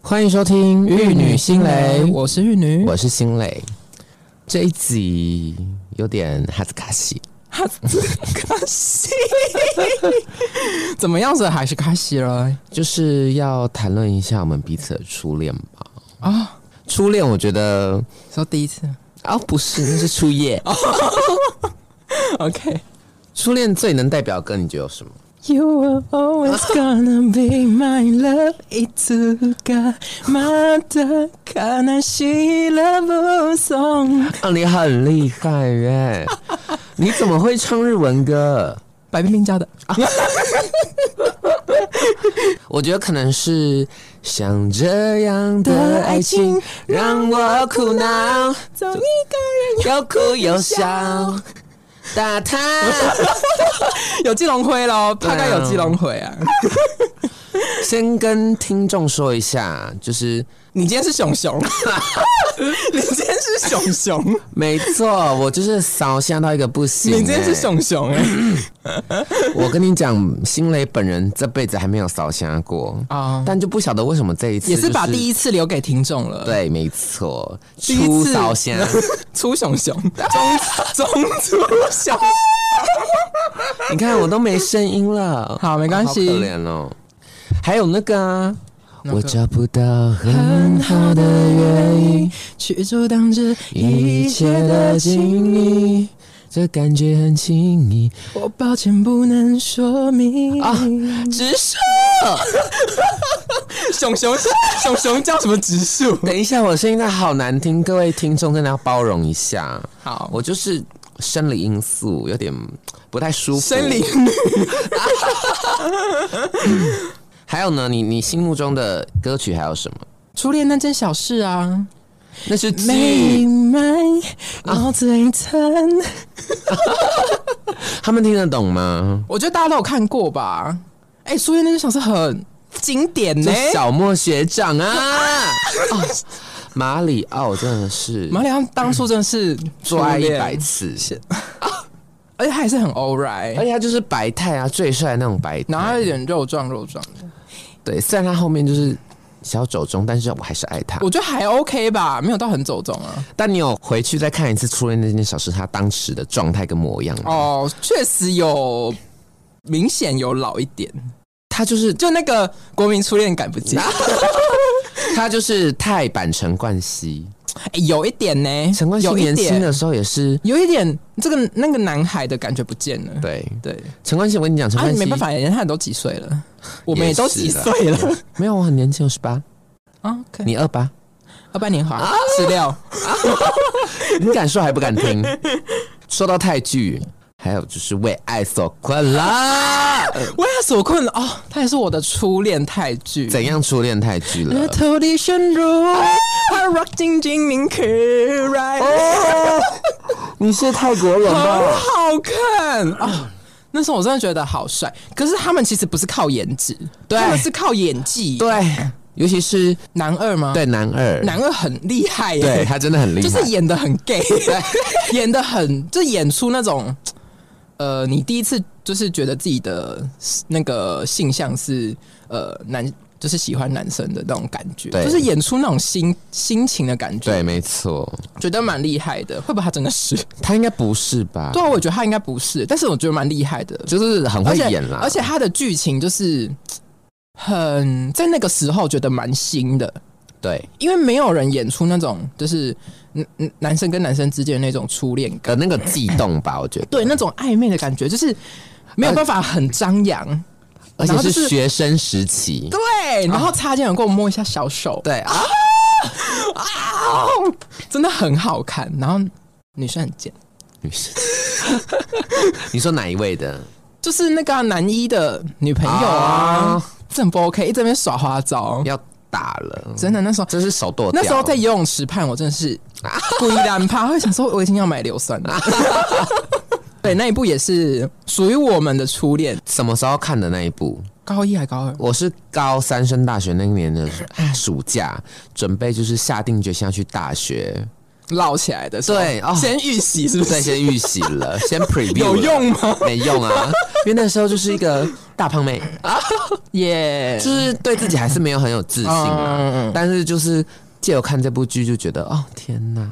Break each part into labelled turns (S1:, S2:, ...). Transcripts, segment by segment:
S1: 欢迎收听《玉女心蕾》，
S2: 我是玉女，
S1: 我是心蕾。这一集有点哈斯卡西，
S2: 哈斯卡西，怎么样子还是卡西了
S1: 就是要谈论一下我们彼此的初恋吧。
S2: 啊？
S1: 初恋，我觉得
S2: 说第一次
S1: 啊，不是，那是初 夜。
S2: 啊，OK。
S1: 初恋最能代表歌，你觉得有什么？
S2: You are always gonna be my love. It's g また悲しい love song。
S1: 啊，你很厉害 耶！你怎么会唱日文歌？
S2: 白冰冰教的，
S1: 我觉得可能是像这样的爱情让我苦恼。
S2: 总一个
S1: 又哭又笑，打他！
S2: 人 有基隆灰喽，大概有基隆灰啊。
S1: 先跟听众说一下，就是
S2: 你今天是熊 熊，你今天是熊熊，
S1: 没错，哦我就是骚香到一个不行、
S2: 你今天是
S1: 什么？
S2: 熊熊哎、
S1: 我跟你讲，新蕾本人这辈子还没有骚香过
S2: 啊
S1: 但就不晓得为什么这一次、
S2: 也是把
S1: 一
S2: 第一次留给听众了。，
S1: 对，没错，
S2: 第一
S1: 初
S2: 次
S1: 骚 香，
S2: 粗熊 熊，中中粗熊。
S1: 你看我都没声音了，
S2: 好没关系
S1: 好可怜哦。还有那个啊，
S2: 个
S1: 我找不到很好的原因。
S2: 去阻挡着
S1: 一切的经历，这感觉很亲密
S2: 我抱歉不能说明
S1: 啊！直射，
S2: 熊熊熊熊叫什么植树？
S1: 等一下，我声音真的好难听，各位听众真的要包容一下，
S2: 好，
S1: 我就是生理因素有点不太舒服。
S2: 森林，
S1: 还有呢？你你心目中的歌曲还有什么？
S2: 初恋那件小事啊，
S1: 那是
S2: 美
S1: 剧，
S2: 满到最疼。
S1: 他们听得懂吗？
S2: 我觉得大家都有看过吧？哎、初恋那件小事很经典呢、
S1: 这小莫学长啊， 哦马里奥真的是
S2: 马里奥当初真的是
S1: 做爱
S2: 初
S1: 一
S2: 恋
S1: 百，次，
S2: 而且他也是很 all right，
S1: 而且他就是白太啊，最帅的那种白太
S2: 然后他有点肉壮肉壮
S1: 嗯
S2: 的，
S1: 对，虽然他后面就是小走中，但是我还是爱他。
S2: 我觉得还 OK 吧，没有到很走中啊。
S1: 但你有回去再看一次《初恋那件小事》，他当时的状态跟模样哦，
S2: 哦，确实有明显有老一点，
S1: 他就是
S2: 就那个国民初恋感不
S1: 啊
S2: 见，
S1: 他就是太版陈冠希，
S2: 哎有一点呢，
S1: 陈冠希
S2: 有一
S1: 年轻
S2: 点，
S1: 的时候也是
S2: 有一点这个那个男孩的感觉不见了。
S1: 对
S2: 对，
S1: 陈冠希。我跟你讲，陈
S2: 啊，
S1: 冠希、啊
S2: 没办法，人家都几岁了，我们也都几
S1: 也是啦
S2: 岁了。
S1: 没有我很年轻，我十八，
S2: 啊 OK，
S1: 你二啊八，
S2: 二八年华十六，
S1: 你敢说还不敢 听？说到泰剧，还有就是为爱所困啦，
S2: 为他所困了哦，他也是我的初恋泰剧。
S1: 怎样初恋泰剧
S2: 那
S1: 了？
S2: 头的旋律，它 rock 进进民可
S1: 哦
S2: right，
S1: 你是泰国人
S2: 很？ 好看
S1: 嗯
S2: 啊！那时候我真的觉得好帅，可是他们其实不是靠颜值，
S1: 对
S2: 他们是靠演技。，
S1: 对，尤其是
S2: 男二吗？，
S1: 对男二，
S2: 男二很厉害耶、
S1: 对他真的很厉害，
S2: 就是演的很 gay，演 的很，就演出那种，呃，你第一次就是觉得自己的那个性向是呃男，就是喜欢男生的那种感觉，
S1: 对
S2: 就是演出那种心心情的感觉，
S1: 对，没错，
S2: 觉得蛮厉害的。会不会他真的是？
S1: 他应该不是吧？
S2: 对啊，我觉得他应该不是，但是我觉得蛮厉害的，
S1: 就是很
S2: 而
S1: 会
S2: 且
S1: 演啦，
S2: 而且他的剧情就是很在那个时候觉得蛮新的，
S1: 对
S2: 因为没有人演出那种就是嗯嗯男生跟男生之间的那种初恋感，
S1: 的那个悸动 吧，我觉得，
S2: 对那种暧昧的感觉，就是没有办法很张扬，
S1: 而
S2: 然
S1: 且
S2: 后就是
S1: 是学生时期，
S2: 对，然后擦肩而过摸一下小手，
S1: 啊
S2: 啊
S1: 对啊，
S2: 真的很好看。然后女生很贱，
S1: 女生， 你说哪一位的？
S2: 就是那个啊、男一的女朋友啊
S1: 啊，
S2: 这很不 OK，一直在那边耍花招，
S1: 要打了，
S2: 真的那时候。
S1: 这是手剁掉，
S2: 那时候在游泳池畔，我真的是故意乱趴，会想说我已经要买硫酸了。 对，那一部也是属于我们的初恋，
S1: 什么时候看的那一部？
S2: 高一还高二？
S1: 我是高三升大学那一年的啊暑假，准备就是下定决心要去大学。
S2: 烙起来的时候，
S1: 对哦
S2: 先预习是不
S1: 对，
S2: 是？
S1: 先预习了，先 preview
S2: 有
S1: 了
S2: 用吗？
S1: 没用啊，因为那时候就是一个大胖妹，
S2: 耶、
S1: 就是对自己还是没有很有自信啊。
S2: 嗯嗯
S1: 但是就是借由看这部剧，就觉得哦天哪，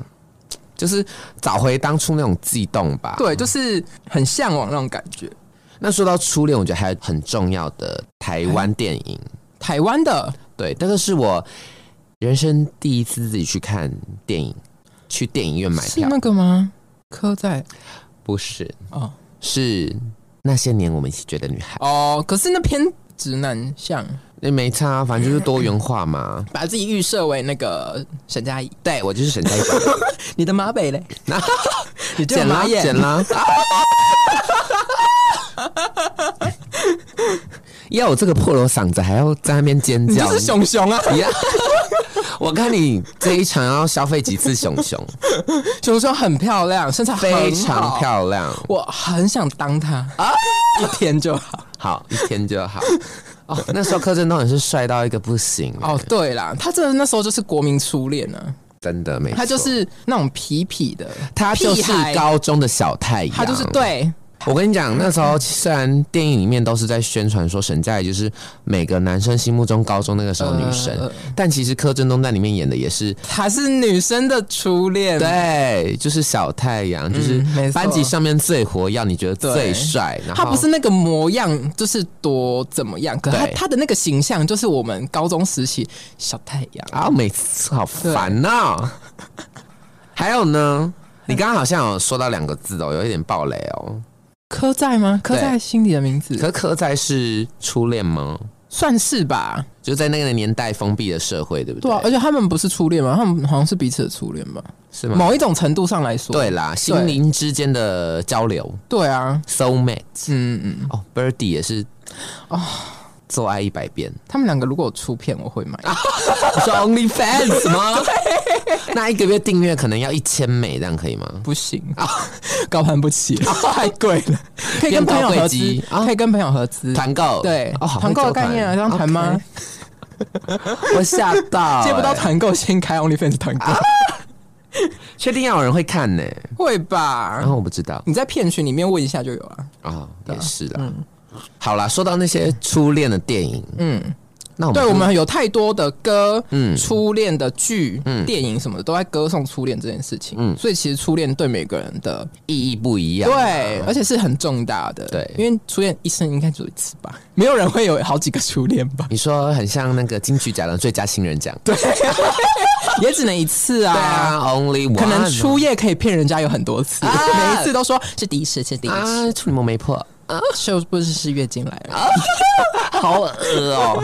S1: 就是找回当初那种悸动吧。
S2: 对，就是很向往那种感觉。
S1: 那说到初恋，我觉得还有很重要的台湾电影，
S2: 台湾的
S1: 对，那个是我人生第一次自己去看电影，去电影院买
S2: 是
S1: 票，
S2: 那个吗？刻在
S1: 不是
S2: 哦
S1: 是那些年我们一起追的女孩。
S2: 哦，可是那偏直男像，
S1: 那没差啊，反正就是多元化嘛。
S2: 把自己预设为那个沈佳宜，
S1: 对我就是沈佳宜版，
S2: 你的马尾嘞，你就有
S1: 剪
S2: 马
S1: 啦
S2: 眼
S1: 剪 啦。要我这个破锣嗓子，还要在那边尖
S2: 你
S1: 叫
S2: 就，是熊熊啊，
S1: 你呀我看你这一场要消费几次熊熊，
S2: 熊熊很漂亮，身材 很
S1: 非常
S2: 好，
S1: 漂亮。
S2: 我很想当她啊，一天就好。
S1: 好，一天就好。哦，那时候柯震东也是帅到一个不行
S2: 哦
S1: 哦，，
S2: 对啦，她真的那时候就是国民初恋呢、啊，
S1: 真的没错。
S2: 她就是那种痞痞的，
S1: 他就是
S2: 屁孩
S1: 高中的小太阳，
S2: 她就是对，
S1: 我跟你讲，那时候虽然电影里面都是在宣传说沈佳宜就是每个男生心目中高中那个时候女神，
S2: 呃呃
S1: 但其实柯震东在里面演的也是。
S2: 她是女生的初恋，，
S1: 对，就是小太阳，就是
S2: 嗯没错
S1: 班级上面最活跃，你觉得最
S2: 对
S1: 帅，然后
S2: 她不是那个模样，就是多怎么样，可她
S1: 对
S2: 她的那个形象就是我们高中时期小太阳，
S1: 啊，每次好烦呐、还有呢，你刚刚好像有说到两个字哦，有一点暴雷哦。
S2: 柯在吗？柯在心里的名字
S1: 可柯在是初恋吗？
S2: 算是吧，
S1: 就在那个年代封闭的社会，对不
S2: 对啊，而且他们不是初恋吗？他们好像是彼此的初恋吧，
S1: 是吗？
S2: 某一种程度上来说，
S1: 对啦，心灵之间的交流
S2: 对啊，
S1: ，soul mate。
S2: 嗯嗯，
S1: 哦，Birdy 也是哦，做爱一百遍。
S2: 他们两个如果有出片，我会买。
S1: 啊你 说 OnlyFans 吗？那一个月订阅可能要一千美，这样可以吗？
S2: 不行啊， 高攀不起，
S1: 啊
S2: 太贵了。可以跟朋友合
S1: 变高贵
S2: 资
S1: 机，啊
S2: 可以跟朋友合资，
S1: 团购
S2: 对
S1: 哦，好会
S2: 团购的
S1: 做
S2: 概念啊，这样谈吗？
S1: OK 我吓 到，
S2: 借不到
S1: 欸，
S2: 团购，先开 OnlyFans 团购，
S1: 啊确定要有人会看呢？
S2: 会
S1: 然
S2: 吧？
S1: 后我不知道
S2: 你在片群里面问一下就有了。
S1: 啊，也是啦。好啦，说到那些初恋的电影，
S2: 嗯，
S1: 那哦我们
S2: 对
S1: 就
S2: 我们有太多的歌、
S1: 嗯
S2: 初恋的剧、
S1: 嗯
S2: 电影什么的，都在歌颂初恋这件事情。
S1: 嗯
S2: 所以其实初恋对每个人的
S1: 意义不一样啊，
S2: 对，而且是很重大的。
S1: 对，
S2: 因为初恋一生应该只有一次吧，没有人会有好几个初恋吧
S1: 你说很像那个金曲奖的最佳新人奖，对
S2: 也只能一次啊。
S1: 啊，Only One，
S2: 可能初夜可以骗人家有很多次，
S1: 啊
S2: 每一次都说是第一次，是第一次，
S1: 啊，处啊女膜没破，
S2: 是不是是月经来了？
S1: 好恶哦。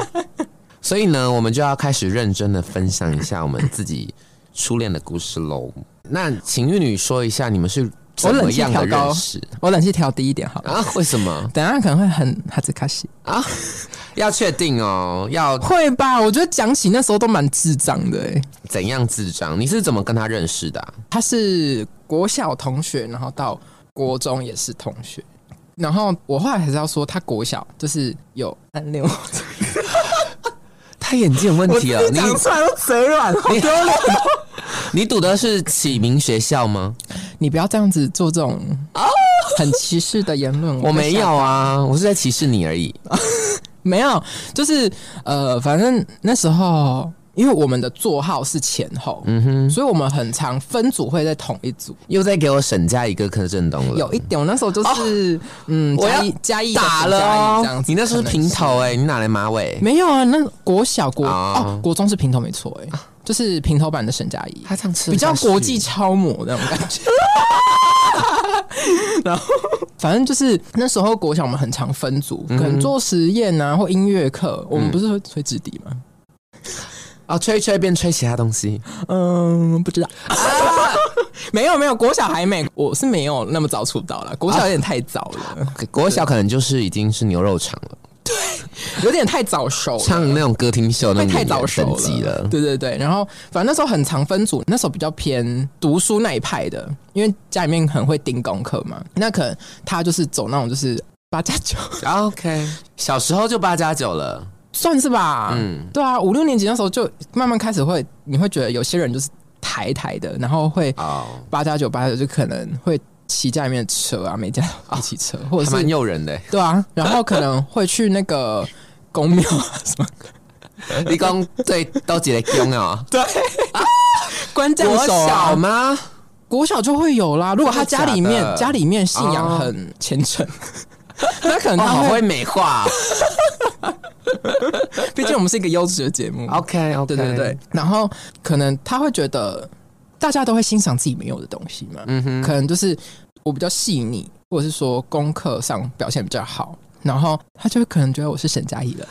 S1: 所以呢，我们就要开始认真的分享一下我们自己初恋的故事喽。那请玉女说一下，你们是怎么样的认识
S2: 我冷气调低一点好了，
S1: 啊？为什么啊
S2: 等一下可能会很哈兹卡西，
S1: 要确定哦？要
S2: 会吧？我觉得讲起那时候都蛮智障的、欸，
S1: 怎样智障？你是怎么跟他认识的啊、
S2: 他是国小同学，然后到国中也是同学。然后我后来才知道，说他国小就是有暗恋我，
S1: 他眼睛有问题啊！
S2: 讲出来都嘴软，好
S1: 你
S2: 丢脸！
S1: 你你读的是启明学校吗？
S2: 你不要这样子做这种很歧视的言论，
S1: 啊我
S2: 会
S1: 没
S2: 吓
S1: 有啊，我是在歧视你而已。
S2: 没有，就是呃，反正那时候因为我们的座号是前后，
S1: 嗯哼，
S2: 所以我们很常分组会在同一组。
S1: 又在给我沈家一个柯震东了。
S2: 有一点，我那时候就是、嗯，
S1: 哦我
S2: 嘉
S1: 要
S2: 义嘉义的
S1: 打
S2: 沈
S1: 了
S2: 嘉义这
S1: 哦
S2: 样！子
S1: 你那时候是
S2: 可能
S1: 平头哎、你哪来马尾？
S2: 没有啊？那国小国、
S1: 哦
S2: 哦，国中是平头没错哎、
S1: 啊
S2: 就是平头版的沈佳宜，
S1: 他这样吃
S2: 比较国际超模那种感 觉。然后，反正就是那时候国小我们很常分组，可
S1: 嗯
S2: 能做实验啊或音乐课，我们不是会吹纸笛吗？
S1: 哦，吹一吹变吹其他东西。
S2: 嗯，不知道。 没有没有，国小还没，我是没有那么早出道了，国小有点太早了，
S1: 国小可能就是已经是牛肉厂了，
S2: 有点太早熟了。
S1: 唱那种歌厅秀那
S2: 会
S1: 种
S2: 太早熟
S1: 等级了。
S2: 对对对。然后反正那时候很常分组，那时候比较偏读书那一派的，因为家里面很会盯功课嘛。那可能他就是走那种就是八加九，
S1: OK，小时候就八加九了。
S2: 算是吧。
S1: 嗯，
S2: 对啊，五六年级那时候就慢慢开始会，你会觉得有些人就是抬抬的，然后会
S1: 哦，
S2: 八加九八加九就可能会骑家里面的车啊，每家一起车，
S1: 哦
S2: 或者
S1: 还蛮
S2: 是
S1: 诱人的。
S2: 对啊，然后可能会去那个公庙啊什么
S1: 你讲对，都几个凶 啊？
S2: 关将
S1: 国
S2: 手啊
S1: 小吗？
S2: 国小就会有啦。如果他
S1: 真的
S2: 家
S1: 假
S2: 里面
S1: 的
S2: 家里面信
S1: 哦
S2: 仰很虔诚，那可能
S1: 哦，
S2: 他
S1: 好
S2: 会
S1: 会，美化哦。
S2: 毕竟我们是一个优质的节目。
S1: OK OK，
S2: 对 对对，，然后可能他会觉得大家都会欣赏自己没有的东西嘛，
S1: 嗯哼，
S2: 可能就是我比较细腻，或者是说功课上表现比较好，然后他就会可能觉得我是沈佳宜了。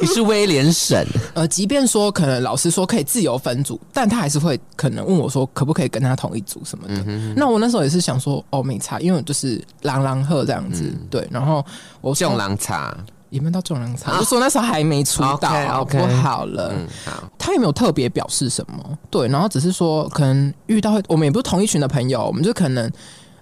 S1: 你是威廉省
S2: 呃，即便说可能老师说可以自由分组，但他还是会可能问我说可不可以跟他同一组什么
S1: 嗯
S2: 的。那我那时候也是想说哦没差，因为我就是朗朗赫这样子，对。然后我说
S1: 种狼茶。
S2: 也没有到重量差，我就说那时候还没出道，
S1: OK，OK
S2: 好不好了。
S1: 嗯，好，
S2: 他也没有特别表示什么，对，然后只是说可能遇到会我们也不是同一群的朋友，我们就可能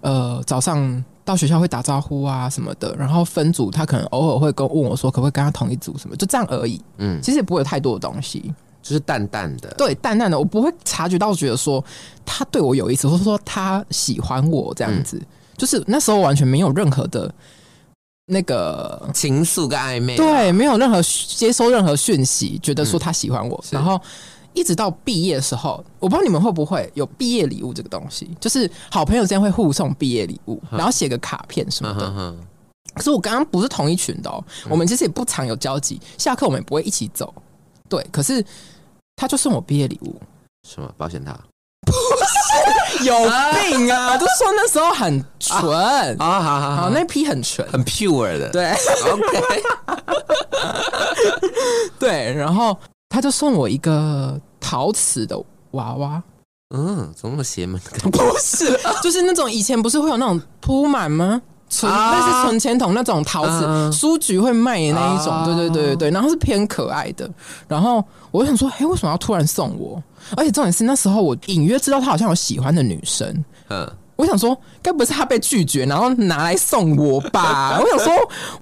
S2: 呃早上到学校会打招呼啊什么的，然后分组他可能偶尔会跟问我说可不可以跟他同一组什么，就这样而已，
S1: 嗯，
S2: 其实也不会有太多的东西，
S1: 就是淡淡的。
S2: 对，淡淡的我不会察觉到觉得说他对我有意思，或者说他喜欢我这
S1: 嗯
S2: 样子，就是那时候完全没有任何的那个
S1: 情愫跟暧昧。，啊
S2: 对，没有任何接收任何讯息，觉得说他喜欢我，
S1: 嗯是
S2: 然后一直到毕业的时候，我不知道你们会不会有毕业礼物这个东西，就是好朋友之间会互送毕业礼物，然后写个卡片什么
S1: 嗯
S2: 的。
S1: 哼嗯哼，
S2: 可是我刚刚不是同一群的、哦，我们其实也不常有交集，下课我们也不会一起走，对，可是。他就送我毕业礼物，
S1: 什么保险套
S2: 有病啊！就说那时候很纯，
S1: 啊？好好
S2: 好
S1: 好，
S2: 那批很纯，
S1: 很 pure 的。
S2: 对，
S1: ，OK，
S2: 对，然后他就送我一个陶瓷的娃娃，
S1: 嗯，怎么那么邪门？
S2: 不是，就是那种以前不是会有那种铺满吗？存
S1: 啊
S2: 那是存钱筒那种陶瓷、
S1: 嗯
S2: 书局会卖的那一种，
S1: 啊
S2: 对对对对对，然后是偏可爱的。然后我就想说，哎、为什么要突然送我？而且重点是那时候我隐约知道他好像有喜欢的女生，
S1: 嗯，
S2: 我想说，该不是他被拒绝，然后拿来送我 吧？我想说，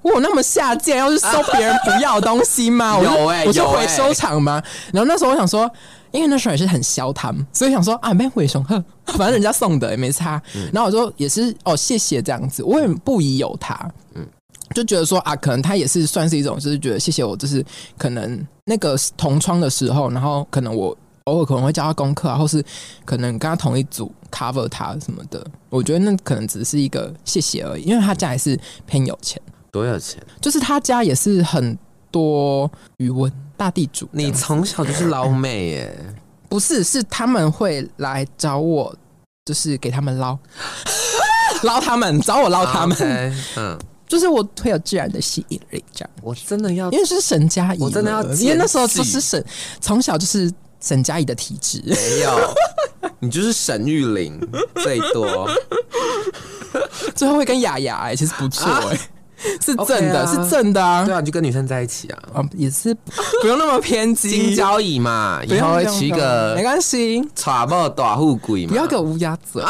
S2: 我有那么下贱，要去收别人不要的东西吗？我 就
S1: 有欸
S2: 我是
S1: 有欸
S2: 回收厂吗？然后那时候我想说，因为那时候也是很消他们，所以想说啊，没回熊呵，反正人家送的也没差。
S1: 嗯
S2: 然后我就也是哦，谢谢这样子，我也不疑有他，嗯，就觉得说啊，可能他也是算是一种，就是觉得谢谢我，就是可能那个同窗的时候，然后可能我偶尔可能会教他功课啊，或是可能跟他同一组 cover 他什么的，我觉得那可能只是一个谢谢而已，因为他家也是偏有钱，
S1: 多有钱？
S2: 就是他家也是很多余温大地主这
S1: 你
S2: 样子，
S1: 从小就是捞妹 耶！
S2: 不是是他们会来找我，就是给他们 捞捞他们，找我捞哦他们，
S1: OK，嗯，
S2: 就是我会有自然的吸引力这样。
S1: 我真的要
S2: 因为是沈佳宜嘛，
S1: 我真的要
S2: 因为那时候
S1: 见
S2: 就
S1: 识
S2: 是沈，从小就是沈佳宜的体 质，
S1: 没有，你就是沈玉玲最 多。
S2: 最后会跟雅雅、欸，其实不错、欸，是正
S1: 啊 OK
S2: 的，
S1: 啊
S2: 是正的啊
S1: 对，啊，你就跟女生在一起啊，
S2: 啊，也是不用那么 偏
S1: 金
S2: 激，
S1: 交椅嘛，
S2: 不
S1: 以
S2: 用
S1: 后会
S2: 这样
S1: 娶一
S2: 讲
S1: 个
S2: 没关系，
S1: 耍爆大富贵嘛。
S2: 不要给我乌鸦嘴。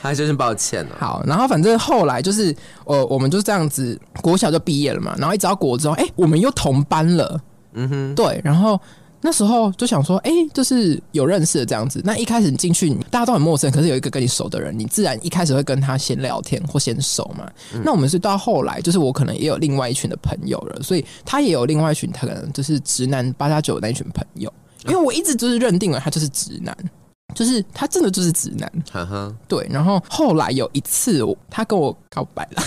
S1: 还真是抱歉哦。
S2: 好，然后反正后来就是，呃，我们就这样子，国小就毕业了嘛，然后一直到国中，哎、我们又同班了，
S1: 嗯哼，
S2: 对，然后那时候就想说，哎、就是有认识的这样子。那一开始你进去，大家都很陌生，可是有一个跟你熟的人，你自然一开始会跟他先聊天或先熟嘛。
S1: 嗯
S2: 那我们是到后来，就是我可能也有另外一群的朋友了，所以他也有另外一群，他可能就是直男八加九那一群朋友，因为我一直就是认定了他就是直男。就是他真的就是直男，
S1: 呵呵，
S2: 对。然后后来有一次我，他跟我告白了，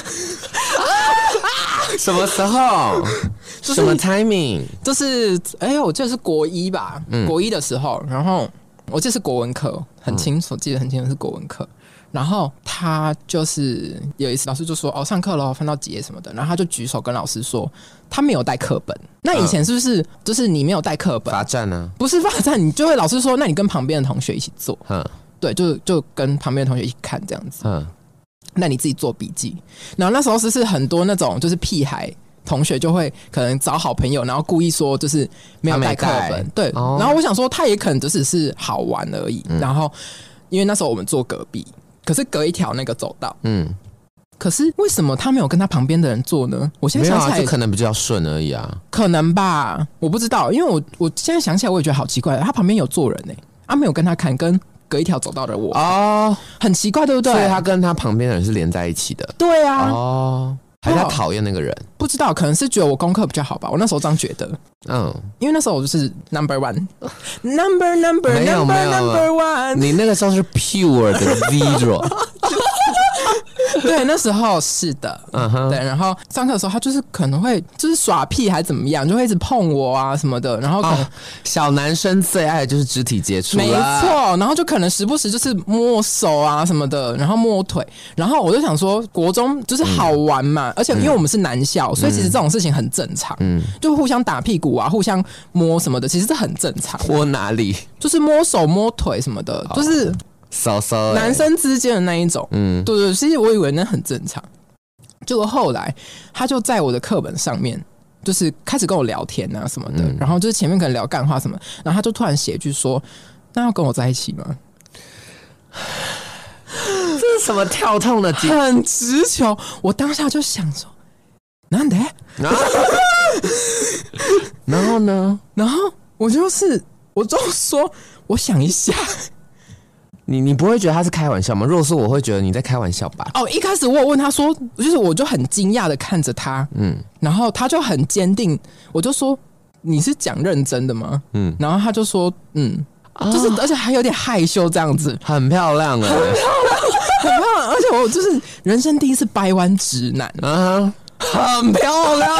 S1: 什么时候？
S2: 就是
S1: 什么 timing？
S2: 就是哎、我记得是国一吧，国一的时候，然后我记得是国文课，很清楚，记得很清楚是国文课。然后他就是有一次，老师就说：“哦，上课了，翻到几页什么的。”然后他就举手跟老师说：“他没有带课本。”那以前是不是、就是你没有带课本，
S1: 罚站啊呢？
S2: 不是罚站，你就会老师说：“那你跟旁边的同学一起做。
S1: 哼”
S2: 对，就就跟旁边的同学一起看这样子。
S1: 哼，
S2: 那你自己做笔记。然后那时候是是很多那种就是屁孩同学就会可能找好朋友，然后故意说就是没有带课
S1: 他没
S2: 本
S1: 带，
S2: 对。
S1: 哦嗯
S2: 然后我想说他也可能就只是好玩而已。然后因为那时候我们坐隔壁，可是隔一条那个走道，
S1: 嗯，
S2: 可是为什么他没有跟他旁边的人做呢？我现在
S1: 没有
S2: 想起
S1: 啊，
S2: 来，
S1: 就可能比较顺而已啊。
S2: 可能吧，我不知道，因为我我现在想起来，我也觉得好奇怪，他旁边有坐人呢、啊，没有跟他看，跟隔一条走道的我，
S1: 哦，
S2: 很奇怪，对不对？
S1: 所以他跟他旁边的人是连在一起的。
S2: 对啊，
S1: 哦，还是他讨厌那个人？
S2: 不知道，可能是觉得我功课比较好吧，我那时候这样觉得，
S1: 嗯，
S2: 因为那时候我就是 number one，number number
S1: 没有
S2: number
S1: 没有
S2: number one，
S1: 你那个时候是 pure 的 zero。
S2: 对，那时候是的。
S1: 嗯哼，
S2: 对，然后上课的时候，他就是可能会就是耍屁还怎么样，就会一直碰我啊什么的，然后可能、
S1: 哦，小男生最爱的就是肢体接触了，
S2: 没错，然后就可能时不时就是摸我手啊什么的，然后摸我腿，然后我就想说，国中就是好玩嘛，而且因为我们是男校，所以其实这种事情很正常，
S1: 嗯，
S2: 就互相打屁股啊，互相摸什么的，其实这很正常，
S1: 我哪里
S2: 就是摸手摸腿什么的，
S1: 哦
S2: 就是
S1: 骚骚欸？
S2: 男生之间的那一种，
S1: 嗯，
S2: 对对，其实我以为那很正常，结果后来他就在我的课本上面。就是开始跟我聊天啊什么的，然后就是前面可能聊干话什么，然后他就突然写一句说：“那要跟我在一起吗？”
S1: 这是什么跳痛的节？
S2: 很直球。我当下就想说，难得。
S1: 然后然后呢？
S2: 然后我就是，我就说，我想一下。
S1: 你你不会觉得他是开玩笑吗？如果是我会觉得你在开玩笑吧。
S2: 哦，一开始我有问他说，就是我就很惊讶的看着他，
S1: 嗯
S2: 然后他就很坚定，我就说。你是讲认真的吗？
S1: 嗯，
S2: 然后他就说，嗯，
S1: 哦
S2: 就是，而且还有点害羞这样子，
S1: 很漂亮哎、
S2: 很漂亮。而且我就是人生第一次掰弯直男，啊
S1: 啊，很漂 亮。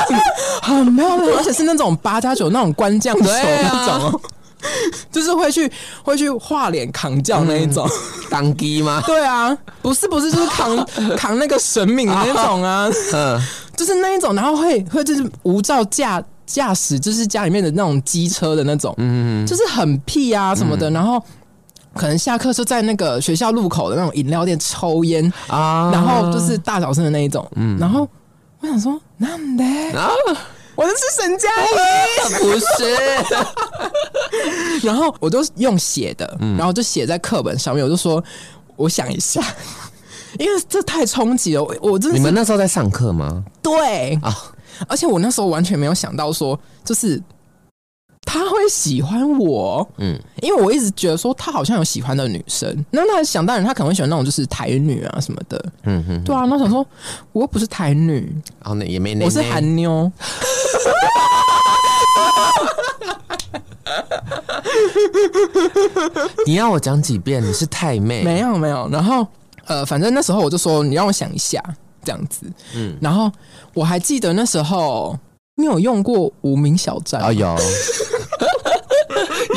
S2: 很漂亮，而且是那种八加九那种官将手
S1: 对啊
S2: 那种哦，就是会去会去画脸扛轿那一种。
S1: 嗯当机吗？
S2: 对啊，不是不是，就是扛扛那个神明的那种啊，
S1: 嗯，
S2: 就是那一种，然后会会就是无照驾驾驶，就是家里面的那种机车的那种，嗯，就是很屁啊什么的，然后。可能下课就在那个学校路口的那种饮料店抽烟，
S1: 啊
S2: 然后就是大小声的那一种，嗯，然后我想说，なんで？
S1: 啊，
S2: 我就是沈佳宜，
S1: 不是，
S2: 然后我就用写的，然后就写在课本上面，我就说我想一下，因为这太冲击了，我我真的
S1: 你
S2: 是
S1: 们那时候在上课吗？
S2: 对
S1: 啊，
S2: 而且我那时候完全没有想到说，就是他会喜欢我，
S1: 嗯，
S2: 因为我一直觉得说他好像有喜欢的女生，那那想当然他可能会喜欢那种就是台女啊什么的，
S1: 嗯哼，
S2: 对啊，那我想说我又不是台女，
S1: 然后呢也没，
S2: 我是韩妞，
S1: 哎你要我讲几遍？你是太妹，
S2: 没有没有，然后呃，反正那时候我就说你让我想一下这样子，嗯，然后我还记得那时候你有用过无名小站吗
S1: 啊， 有。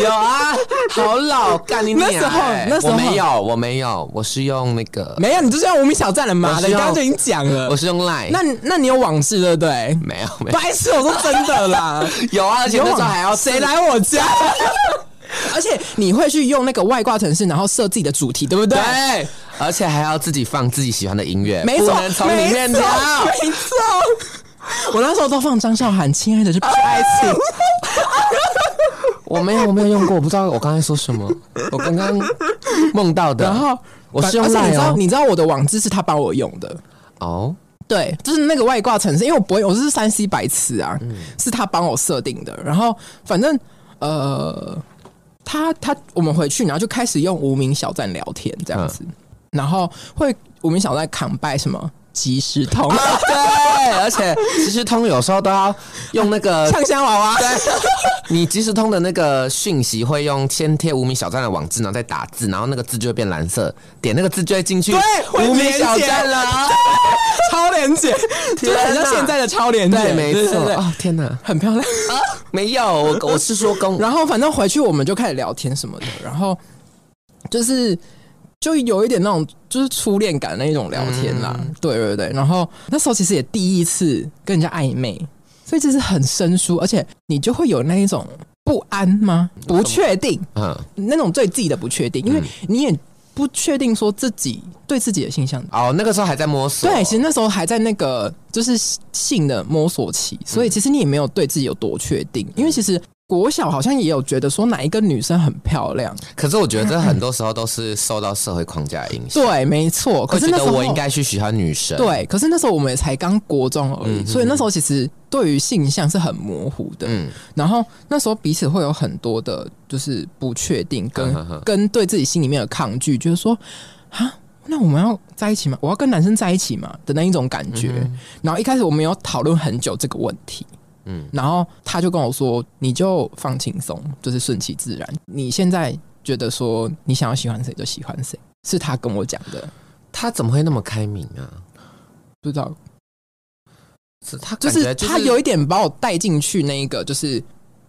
S1: 有啊，好老，干你
S2: 那时候
S1: 娘欸
S2: 那时候
S1: 我没有，我没有，我是用那个，
S2: 没有，你就是用无名小站了嘛
S1: 我
S2: 的，
S1: 是
S2: 你刚刚
S1: 用
S2: 就已经讲了
S1: 我。是用 Line，
S2: 那那你有往事对不对？
S1: 没有没有
S2: 白痴，我说真的 啦，
S1: 有啊，而且那时候还要
S2: 谁来我家？ 而且你会去用那个外挂程式，然后设自己的主题，对不对？
S1: 对，而且还要自己放自己喜欢的音乐，
S2: 没错，
S1: 不能从里面
S2: 没
S1: 挑
S2: 错。 没错。我那时候都放张韶涵，《亲爱的》是爱 情，
S1: 我没有，我没有用过，我不知道我刚才说什么，我刚刚梦到的。
S2: 然后
S1: 我是用
S2: 而且
S1: Line
S2: 你知道，
S1: 哦
S2: 你知道我的网址是他帮我用的，
S1: 哦，
S2: 对，就是那个外挂程式，因为我不会，我是三 C 白痴啊，
S1: 嗯
S2: 是他帮我设定的。然后反正呃，他他我们回去，然后就开始用无名小站聊天这样
S1: 嗯
S2: 子，然后会无名小站扛拜什么即时通、
S1: 啊对，而且即时通有时候都要用那个，
S2: 呛香娃娃，
S1: 你即时通的那个讯息会用先贴无名小站的网址，然后再打字，然后那个字就会变蓝色，点那个字就会进去
S2: 对会
S1: 无名
S2: 连啊
S1: 小
S2: 接
S1: 站了。
S2: 超连姐，就是很 像
S1: 天哪
S2: 现在的超连姐，
S1: 对，没
S2: 对
S1: 错。
S2: 对对
S1: 哦，天哪，
S2: 很漂亮。
S1: 没有，我我是说公，
S2: 然后反正回去我们就开始聊天什么的，然后就是就有一点那种就是初恋感那一种聊天啦，对对对。然后那时候其实也第一次跟人家暧昧，所以就是很生疏，而且你就会有那一种不安吗？不确定，
S1: 嗯，
S2: 那种对自己的不确定，因为你也不确定说自己对自己的形象。
S1: 哦，那个时候还在摸索，
S2: 对，其实那时候还在那
S1: 嗯
S2: 个就是性的摸索期，所以其实你也没有对自己有多确定，因为其实国小好像也有觉得说哪一个女生很漂亮，
S1: 可是我觉得很多时候都是受到社会框架影响，
S2: 对，没错。可
S1: 会
S2: 是
S1: 觉
S2: 那时
S1: 得
S2: 候
S1: 我应该去喜欢女生，，
S2: 对，可是那时候我们也才刚国中而已，
S1: 嗯
S2: 所以那时候其实对于性向是很模糊的。
S1: 嗯，
S2: 然后那时候彼此会有很多的，就是不确定跟
S1: 呵呵呵
S2: 跟对自己心里面的抗拒，就是说啊，那我们要在一起吗？我要跟男生在一起吗？的那一种感觉。然后一开始我们有讨论很久这个问题。嗯
S1: 嗯，
S2: 然后他就跟我说：“你就放轻松，就是顺其自然。你现在觉得说你想要喜欢谁就喜欢谁，是他跟我讲的，
S1: 他怎么会那么开明啊？
S2: 不知道
S1: 是他
S2: 就
S1: 感
S2: 是
S1: 觉
S2: 他有一点把我带进去那一个，就是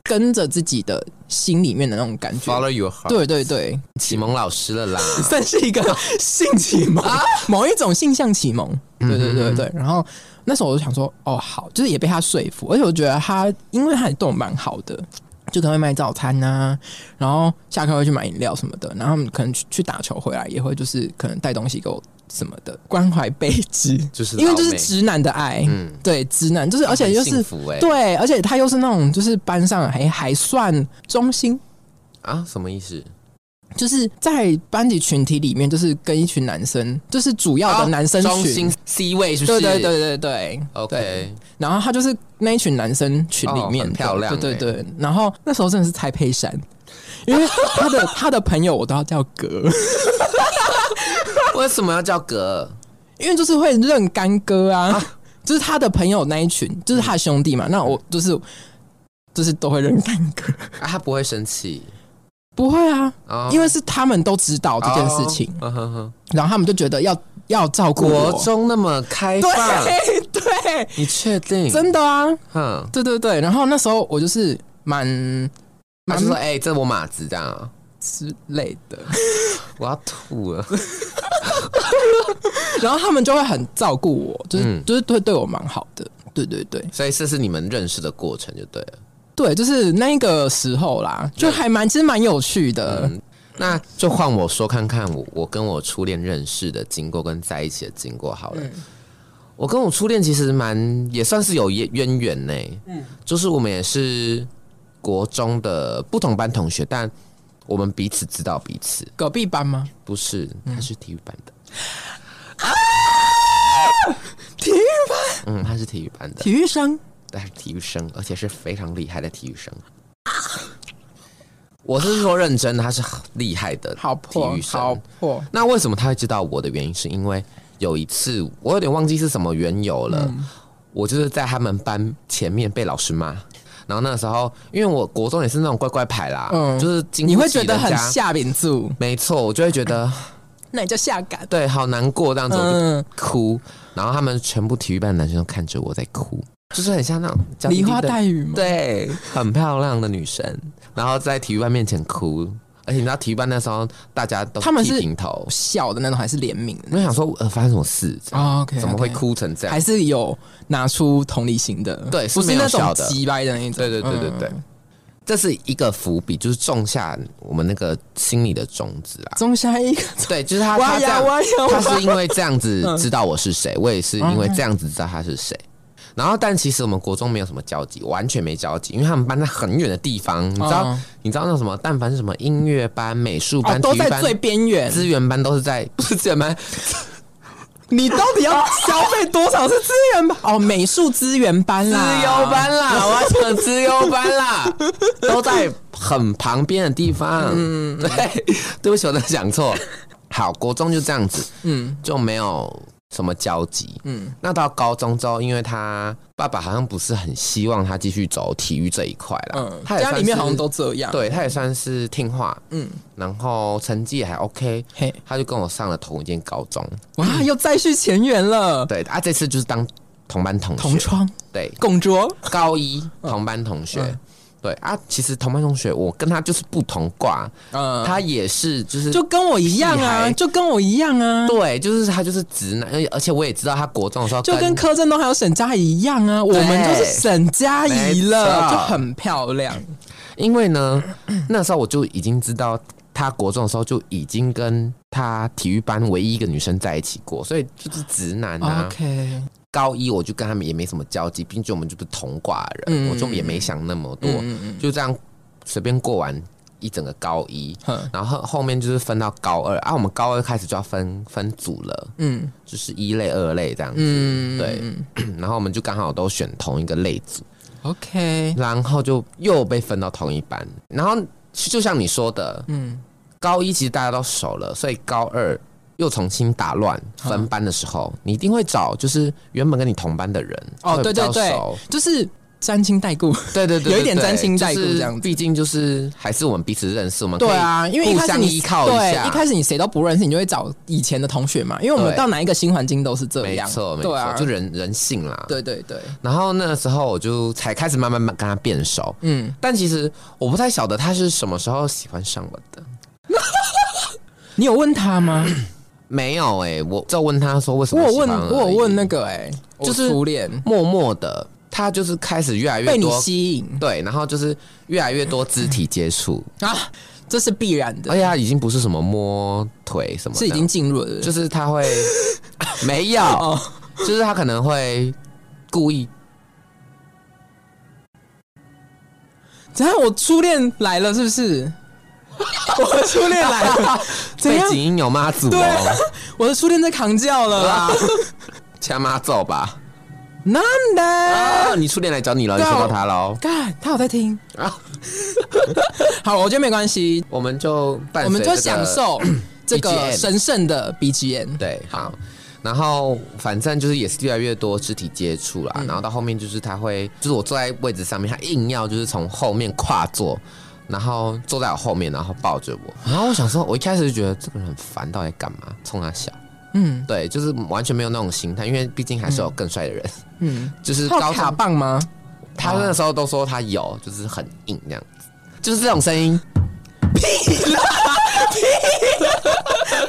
S2: 跟着自己的心里面的那种感觉。
S1: follow your heart，，
S2: 对对对，
S1: 启蒙老师了啦，
S2: 算是一个性启蒙，啊嗯某一种性向启蒙。对对对对。然后那时候我就想说，哦，好，就是也被他说服，而且我觉得他，因为他也对我蛮好的。就可能会买早餐呐、然后下课会去买饮料什么的，然后他们可能去去打球回来也会就是可能带东西给我什么的，关怀备至，
S1: 就是
S2: 因为就
S1: 老
S2: 是
S1: 妹
S2: 直男的爱，
S1: 嗯，
S2: 对直男就是，而且
S1: 很
S2: 又
S1: 幸
S2: 是
S1: 福哎，
S2: 对，而且他又是那种就是班上还还算中心，
S1: 啊，什么意思？
S2: 就是在班级群体里面，就是跟一群男生，就是主要的男生
S1: 哦中
S2: 群，
S1: 心 C 位是不是？
S2: 对对对对对。对
S1: ，OK，
S2: 然后他就是那一群男生群里
S1: 哦
S2: 面的、
S1: 很漂亮
S2: 对
S1: 欸
S2: 对对。然后那时候真的是蔡佩珊，因为他的 他的朋友我都要叫哥，
S1: 为什么要叫哥？
S2: 因为就是会认干哥啊，就是他的朋友那一群，就是他的兄弟嘛。那我就是就是都会认干哥，
S1: 啊，他不会生气
S2: 不会啊，
S1: 啊，
S2: 因
S1: 为
S2: 为是他们都知道这件事情，。
S1: 嗯哼哼
S2: 然后他们就觉得要要照顾我
S1: 国。 中那么开放，
S2: 对对，
S1: 你确定？
S2: 真的啊，
S1: 哼，
S2: 对对对。然后那时候我就是蛮
S1: 他
S2: 蛮
S1: 就说：“哎、这我马子这样啊，
S2: 之类 的，
S1: 我要吐了。
S2: 然后他们就会很照顾我，就是、
S1: 嗯
S2: 就是会对我蛮好的。对对对”
S1: 所以这是你们认识的过程就对了。
S2: 对，就是那个时候啦，就还蛮其实蛮有趣的。
S1: 嗯，那就换我说看看我我跟我初恋认识的经过跟在一起的经过好了。我跟我初恋其实蛮也算是有渊渊源呢、嗯，就是我们也是国中的不同班同学，但我们彼此知道彼此。
S2: 隔壁班吗？
S1: 不是，他是体育班的。
S2: 体育
S1: 嗯，他是体育班的，
S2: 体育生
S1: 但是体育生，而且是非常厉害的体育生。啊我是说认真的，他是很厉害的
S2: 好
S1: 体
S2: 破
S1: 育
S2: 好
S1: 生。
S2: 破，
S1: 那为什么他会知道我的原因，是因为有一次我有点忘记是什么缘由了，
S2: 嗯
S1: 我就是在他们班前面被老师骂。然后那时候，因为我国中也是那种乖乖牌啦，
S2: 嗯
S1: 就是经
S2: 你
S1: 不
S2: 会
S1: 起
S2: 觉得
S1: 人
S2: 很
S1: 家
S2: 下秉住，
S1: 没错，我就会觉得
S2: 那你就下感。
S1: 对，好难过这样子，我就
S2: 嗯，
S1: 哭，然后他们全部体育班的男生都看着我在哭，就是很像那种娇滴
S2: 梨
S1: 滴
S2: 花
S1: 的
S2: 带雨吗？
S1: 对，很漂亮的女生，然后在体育班面前哭，而且你知道体育班那时候大家都
S2: 他们
S1: 剃
S2: 是
S1: 平头，
S2: 小的那种还是联名的那
S1: 我想说呃发生什么事，这样
S2: 哦 OK，
S1: 怎么会
S2: OK
S1: 哭成这样
S2: 还？是有拿出同理心的，
S1: 对
S2: 不
S1: 是
S2: 是
S1: 没有
S2: 那种
S1: 笑的
S2: 急掰的那种。
S1: 对对对对对
S2: 嗯，
S1: 这是一个伏笔，就是种下我们那个心里的种子啊。
S2: 种下一个，
S1: 对，就是他
S2: 哇
S1: 他这
S2: 呀
S1: 样
S2: 哇呀，
S1: 他
S2: 哇
S1: 是因为这样子
S2: 嗯
S1: 知道我是谁，我也是因为这样子知道他是谁。然后，但其实我们国中没有什么交集，完全没交集，因为他们班在很远的地方，你知道，
S2: 嗯
S1: 你知道那种什么，但凡是什么音乐班、美术
S2: 哦
S1: 班、，
S2: 都
S1: 体育
S2: 在
S1: 班、
S2: 最边缘。
S1: 资源班，都是在 不是资源 班，
S2: 你到底要消费多少是资源班？ 哦，美术资源班
S1: 资
S2: 啦，
S1: 优班啦，我要讲资优班 啦，都在很旁边的地方。嗯，对，对不起，我真的讲错。好，国中就这样子，
S2: 嗯
S1: 就没有什么交集。
S2: 嗯，
S1: 那到高中之后，因为他爸爸好像不是很希望他继续走体育这一块啦，
S2: 嗯，
S1: 他也
S2: 家
S1: 算
S2: 里面
S1: 是
S2: 好像都这样。，
S1: 对，他也算是听话，
S2: 啊嗯，
S1: 然后成绩也还 OK，
S2: 嘿，
S1: 他就跟我上了同一间高中，
S2: 哇，又再续前缘了，
S1: 对，啊，这次就是当同班同学，
S2: 同窗
S1: 对，
S2: 共桌，
S1: 高一同班同学。
S2: 嗯
S1: 对啊，其实同班同学，我跟他就是不同挂，
S2: 嗯，
S1: 他也是就是
S2: 就跟我一样
S1: 屁
S2: 啊，
S1: 孩
S2: 就跟我一样啊，
S1: 对，就是他就是直男，而且我也知道他国中的时候
S2: 就跟柯震东还有沈佳宜一样啊，我们就是沈佳宜
S1: 没
S2: 了，
S1: 错
S2: 就很漂亮。
S1: 因为呢， 那时候我就已经知道他国中的时候就已经跟他体育班唯一一个女生在一起过，所以就是直男啊。
S2: 哦 OK，
S1: 高一我就跟他们也没什么交集，毕竟我们就不是同挂人，
S2: 嗯
S1: 我就也没想那么多，
S2: 嗯嗯嗯
S1: 就这样随便过完一整个高一，
S2: 哼
S1: 然后后后面就是分到高二啊，我们高二开始就要分分组了，
S2: 嗯
S1: 就是一类、二类这样子，
S2: 嗯，
S1: 对
S2: 嗯
S1: 然后我们就刚好都选同一个类组，
S2: ，OK，
S1: 然后就又被分到同一班，然后就像你说的，
S2: 嗯
S1: 高一其实大家都熟了，所以高二又重新打乱分班的时候，你一定会找就是原本跟你同班的人
S2: 哦
S1: 会比较
S2: 对对对
S1: 熟
S2: 就是沾亲带故，
S1: 对对对，
S2: 有一点
S1: 对对
S2: 沾亲带故
S1: 就是
S2: 这样子
S1: 毕竟就是还是我们彼此认识，我们可以
S2: 对啊，因为一
S1: 互
S2: 开始
S1: 相
S2: 你
S1: 依靠一下，
S2: 对，一开始你谁都不认识，你就会找以前的同学嘛，因为我们
S1: 对
S2: 到哪一个新环境都是这
S1: 没
S2: 样，
S1: 错没
S2: 对
S1: 错，
S2: 啊，
S1: 就人人性啦。
S2: 对对对，
S1: 然后那时候我就才开始慢慢慢跟他变熟，
S2: 嗯，
S1: 但其实我不太晓得他是什么时候喜欢上我的。
S2: 你有问他吗？
S1: 没有哎、我就问他说为什
S2: 我
S1: 么
S2: 有
S1: 喜欢
S2: 问，
S1: 而已
S2: 我有问那个哎、
S1: 就是
S2: 我初恋
S1: 默默的，他就是开始越来越
S2: 被你
S1: 多
S2: 吸引
S1: 对，然后就是越来越多肢体接触，
S2: 啊，这是必然的
S1: 而，且他已经不是什么摸腿什么的，
S2: 是已经进入了，
S1: 就是他 会没有，
S2: 哦，
S1: 就是他可能会故意
S2: 怎样？我初恋来了是不 是？我的初恋来了，怎
S1: 被
S2: 样
S1: 景？音有妈祖哦，啊
S2: 我的初恋在扛轿了啦，
S1: 掐妈走吧。
S2: 难的。
S1: 啊，你初恋来找你了，你
S2: 对啊
S1: 收到他喽。
S2: 干，他有在听
S1: 啊
S2: 啊。 好，我觉得没关系，
S1: 我们就伴
S2: 我
S1: 随
S2: 们
S1: 这个
S2: 就享受 这个
S1: BGM
S2: 神圣的 BGM。
S1: 对好。然后反正就是也是越来越多肢体接触啦，然后到后面就是他会，就是我坐在位置上面，他硬要就是从后面跨坐，然后坐在我后面，然后抱着我。然啊后我想说，我一开始就觉得这个人很烦，到底干嘛？冲他笑。
S2: 嗯
S1: 对，就是完全没有那种心态，因为毕竟还是有更帅的人，
S2: 嗯，
S1: 就是
S2: 他有
S1: 高
S2: 卡
S1: 中
S2: 棒吗？
S1: 他那时候都说他有，就是很硬这样子，就是这种声音。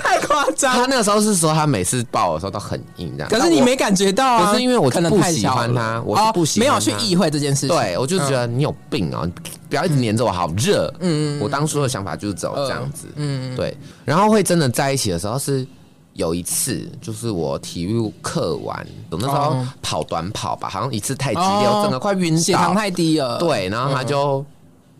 S2: 太夸
S1: 他
S2: 张，
S1: 那个时候是说他每次抱我的时候都很硬这样，
S2: 嗯可是你没感觉到啊？
S1: 可是因为我就
S2: 可能
S1: 不
S2: 太
S1: 喜
S2: 小
S1: 欢
S2: 了
S1: 他我是
S2: 哦
S1: 不喜
S2: 没有
S1: 欢
S2: 去
S1: 他但
S2: 意会这件事情。
S1: 对我就觉得你有病哦、你不要一直黏着我，好热。嗯，我当初的想法就是走这样子。
S2: 嗯，
S1: 对，然后会真的在一起的时候是有一次，就是我体育课完，我那时候
S2: 哦
S1: 跑短跑吧，好像一次太激烈，
S2: 哦
S1: 我整个快晕
S2: 血
S1: 倒
S2: 糖。太低了。，
S1: 对，然后他就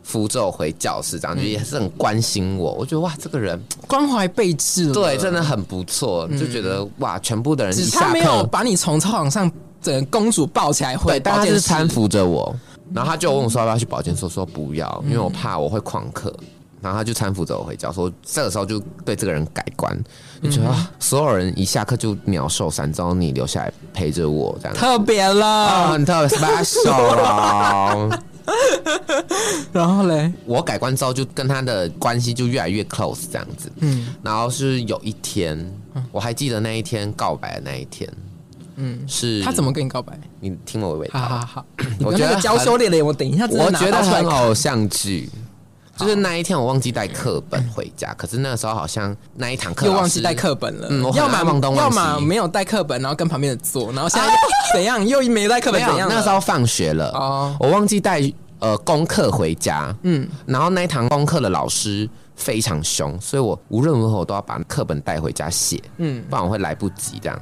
S1: 扶着我回教室，这样就也是很关心我。我觉得哇，这个人
S2: 关怀备至了。
S1: 对真的很不错，就觉得哇，全部的人
S2: 只
S1: 一
S2: 是他
S1: 下
S2: 没有
S1: 课，
S2: 把你从操场上整个公主抱起来回
S1: 对，但
S2: 保
S1: 他
S2: 健
S1: 是
S2: 室。
S1: 搀扶着我，然后他就问我说要不要去保健室，我说不要，因为我怕我会旷课。然后他就搀扶着我回教室，我这个时候就对这个人改观，就觉得、啊所有人一下课就鸟兽散，只有你留下来陪着我这样子。
S2: 特别
S1: 啊，
S2: 了，
S1: 很特 special 哦
S2: 然后嘞，
S1: 我改观之后，就跟他的关系就越来越 close 这样子。
S2: 嗯，
S1: 然后是有一天，我还记得那一天告白的那一天，嗯，是
S2: 他怎么跟你告白？
S1: 你听我娓娓
S2: 好
S1: 道
S2: 好
S1: 来，
S2: 好，
S1: 我觉
S2: 你跟那
S1: 得
S2: 个娇
S1: 很
S2: 羞脸脸，我等一下真的
S1: 我
S2: 拿
S1: 觉
S2: 到
S1: 得
S2: 出来
S1: 很
S2: 看
S1: 偶像剧。就是那一天我忘记带课本回家，可是那个时候好像那一堂课
S2: 又
S1: 老
S2: 忘记
S1: 师
S2: 带，课本了，
S1: 嗯我很
S2: 要
S1: 爱忘
S2: 么
S1: 东忘
S2: 要
S1: 西啊
S2: 么没有带课本，然后跟旁边的坐，然后现在又怎样又没带课
S1: 没
S2: 本
S1: 有
S2: 怎样了？
S1: 那时候放学了，
S2: 哦
S1: 我忘记带呃功课回家，
S2: 嗯，
S1: 然后那一堂功课的老师非常凶，所以我无论如何我都要把课本带回家写，嗯
S2: 嗯，
S1: 不然我会来不及这样。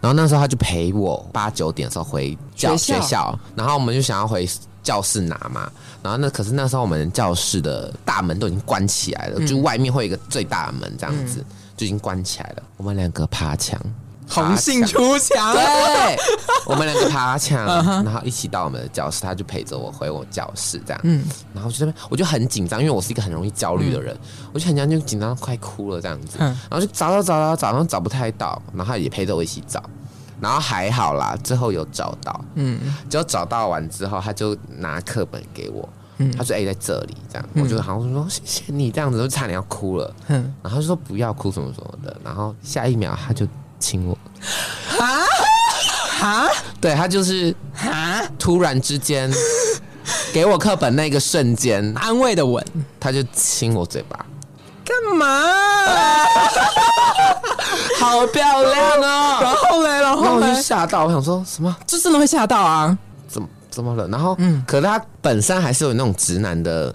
S1: 然后那时候他就陪我八九点的时候回教
S2: 学
S1: 学
S2: 校
S1: 校，然后我们就想要回教室拿嘛。然后那可是那时候我们教室的大门都已经关起来了，
S2: 嗯
S1: 就外面会有一个最大的门这样子，就已经关起来了。我们两个爬墙，
S2: 红杏
S1: 爬墙
S2: 出墙，
S1: 对，我们两个爬墙，然后一起到我们的教室，他就陪着我回我教室这样。嗯，然后我就在那边，我就很紧张，因为我是一个很容易焦虑的人，我就很紧张，就紧张到快哭了这样子。
S2: 嗯
S1: 然后就找找找找找，然后找不太到，然后他也陪着我一起找。然后还好啦，最后有找到，
S2: 嗯，
S1: 就找到完之后，他就拿课本给我，他说：“哎、在这里。”这样，我就好像说：“谢谢你。”这样子，就差点要哭了。
S2: 嗯
S1: 然后他就说：“不要哭，什么什么的。”然后下一秒他就亲我，啊
S2: 哈哈
S1: 对他就是
S2: 哈，
S1: 突然之 间给我课本那个瞬间，
S2: 安慰的吻，
S1: 他就亲我嘴巴，
S2: 干嘛？
S1: 好漂亮哦！
S2: 然后嘞，然
S1: 然后
S2: 后
S1: 我就
S2: 嘞，
S1: 吓到，我想 说什么？
S2: 就真的会吓到啊！
S1: 怎么怎么了？然后，嗯，可是他本身还是有那种直男的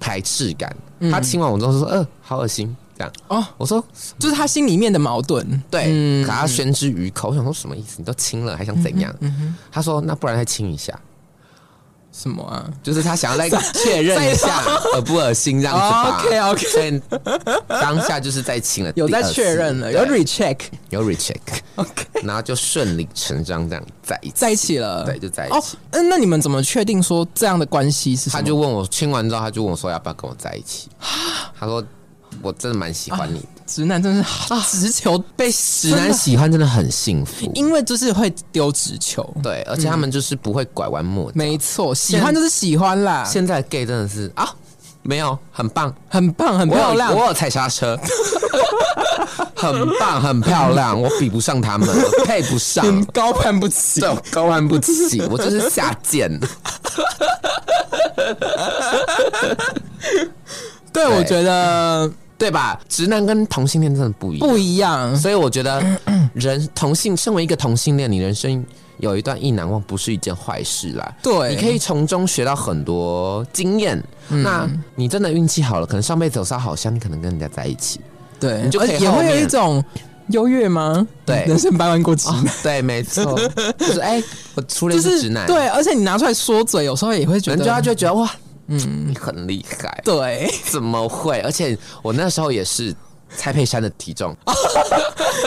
S1: 排斥感。他亲完我之后说：“呃，好恶心。”这样，
S2: 嗯哦，
S1: 我说
S2: 就是他心里面的矛盾，
S1: 对，
S2: 嗯
S1: 可他宣之
S2: 嗯
S1: 于口。我想说什么意思？你都亲了还想怎样？他说：“那不然再亲一下。”
S2: 什么啊？
S1: 就是他想要再确认一 下恶不恶心这样子吧。
S2: 哦，OK，OK
S1: 所以当下就是在亲了第
S2: 有
S1: 二次，
S2: 在确认了，有
S1: 对
S2: recheck。
S1: 有 recheck，
S2: OK，
S1: 然后就顺理成章这样在一起。
S2: 在一起了，
S1: 对就在一
S2: 哦
S1: 起，
S2: 嗯，那你们怎么确定说这样的关系是什
S1: 他
S2: 么？
S1: 就问我亲完之后，他就问我说要不要跟我在一起。
S2: 啊
S1: 他说我真的蛮喜欢你的，
S2: 直男真是好直球被直
S1: 直男，喜啊欢真的很幸福。
S2: 因为就是会丢直球，
S1: 对，而且他们就是不会拐弯抹角。
S2: 没错，喜欢就是喜欢啦，
S1: 现在 gay 真的是啊，没有很棒，
S2: 很棒，很
S1: 我有
S2: 漂亮，
S1: 我有踩刹车， 很棒，很漂亮，我比不上他们， 我配不上，
S2: 很高攀不起
S1: 对，。我高攀不起，我就是下贱。
S2: 对，我觉得
S1: 对吧？直男跟同性恋真的不一样，
S2: 不一样，
S1: 所以我觉得人同性，身为一个同性恋，你人生有一段意难忘不是一件坏事啦。
S2: 对嗯
S1: 你可以从中学到很多经验。那你真的运气好了，可能上辈子有烧好香，你可能跟人家在一起。
S2: 对，
S1: 你就可以
S2: 而且也
S1: 后
S2: 会有
S1: 面
S2: 一种优越吗？
S1: 对
S2: 人生百万过直男，
S1: 对，没 错，就是哎、我初恋
S2: 哦就是是
S1: 直男，
S2: 对，，而且你拿出来说嘴，有时候也会觉
S1: 人
S2: 得
S1: 家就会觉得哇，嗯，你很厉害，
S2: 对，
S1: 怎么会？而且我那时候也是蔡佩珊的体重，
S2: 哦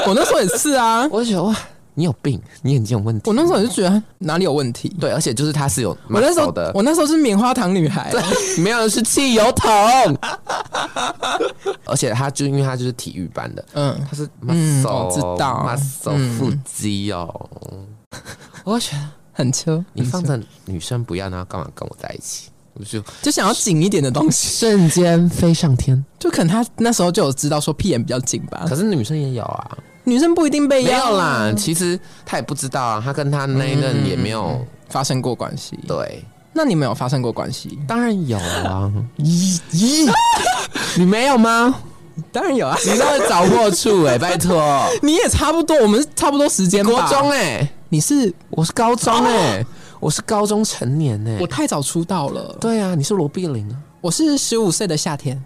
S2: 我那时候也是啊，
S1: 我就觉得哇，你有病，你眼睛有问题。
S2: 我那时候也是觉得哪里有问题。
S1: 对，而且就是他是有
S2: 我那时
S1: 蛮
S2: 候
S1: 高的，
S2: 我那时候是棉花糖女孩，
S1: 对， 没有人是汽油桶。 而且他就因为他就是体育班的，
S2: 嗯，
S1: 他是 m
S2: 嗯
S1: u
S2: 我知道
S1: m u
S2: 嗯
S1: 腹肌哦。 我就觉得
S2: 很秋，
S1: 你放着女生不要，然后干嘛跟我在一起？我就
S2: 就想要紧一点的东西，
S1: 瞬间飞上天。
S2: 就可能他那时候就有知道说屁眼比较紧吧
S1: 可，是女生也有啊，
S2: 女生不一定被
S1: 没
S2: 要
S1: 有啦。其实他也不知道啊，他跟他那一任也没有
S2: 发生过关系。
S1: 对，
S2: 那你们有发生过关系？
S1: 当然有啊。 咦咦， 你没有吗？
S2: 当然有啊，
S1: 你那个找过处哎，拜托，
S2: 你也差不多，我们是差不多时间吧。
S1: 国中哎、
S2: 你是
S1: 我是高中哎、我是高中成年哎、
S2: 我太早出道了，
S1: 对啊，你是罗碧玲啊，
S2: 我是十五岁的夏天，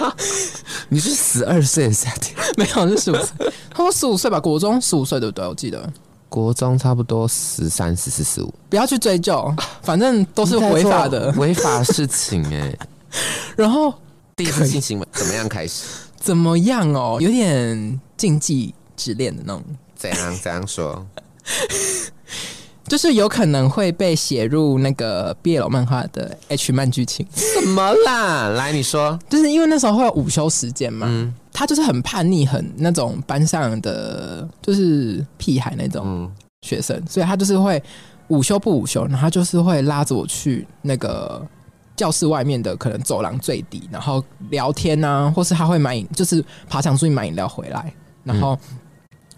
S1: 你是十二岁的夏天，
S2: 没有是十五岁，他说十五岁吧，国中十五岁对不对？我记得。
S1: 国中差不多十三、十四、十五，
S2: 不要去追 究，反正都是
S1: 你在做
S2: 违法的。
S1: 违法事情哎、
S2: 然后
S1: 第一次性行为怎么样开始？
S2: 怎么样哦？有点禁忌之恋的那种，
S1: 怎样怎样 说？
S2: 就是有可能会被写入那个 BL 漫画的 H 漫剧情，
S1: 怎么啦？来，你说，
S2: 就是因为那时候会有午休时间嘛。他就是很叛逆，很那种班上的就是屁孩那种
S1: 嗯，
S2: 学生，所以他就是会午休不午休，然后他就是会拉着我去那个教室外面的可能走廊最底，然后聊天啊，或是他会买饮，就是爬墙出去买饮料回来，然后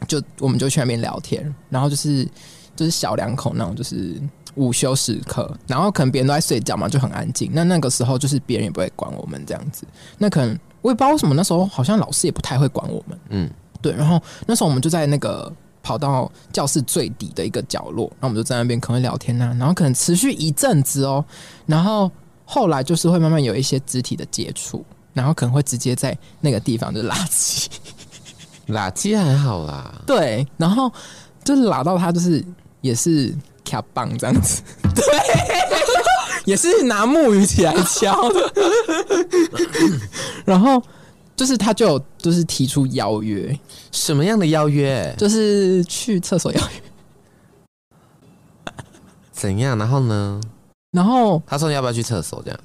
S2: 就、我们就去那边聊天，然后就是就是小两口那种，就是午休时刻，然后可能别人都在睡觉嘛，就很安静。那那个时候就是别人也不会管我们这样子，那可能我也不知道为什么那时候好像老师也不太会管我们，
S1: 嗯
S2: 嗯，对。然后那时候我们就在那个。跑到教室最底的一个角落，然后我们就在那边可能会聊天呐、然后可能持续一阵子哦，然后后来就是会慢慢有一些肢体的接触，然后可能会直接在那个地方就拉起，
S1: 垃圾还好啦，
S2: 对，然后就拉到他就是也是卡棒这样 子，对，也是拿木鱼起来 敲的，然后就是他就有就是提出邀约，
S1: 什么样的邀约？
S2: 就是去厕所邀约，
S1: 怎样？然后呢？
S2: 然后
S1: 他说要不要去厕所？这样，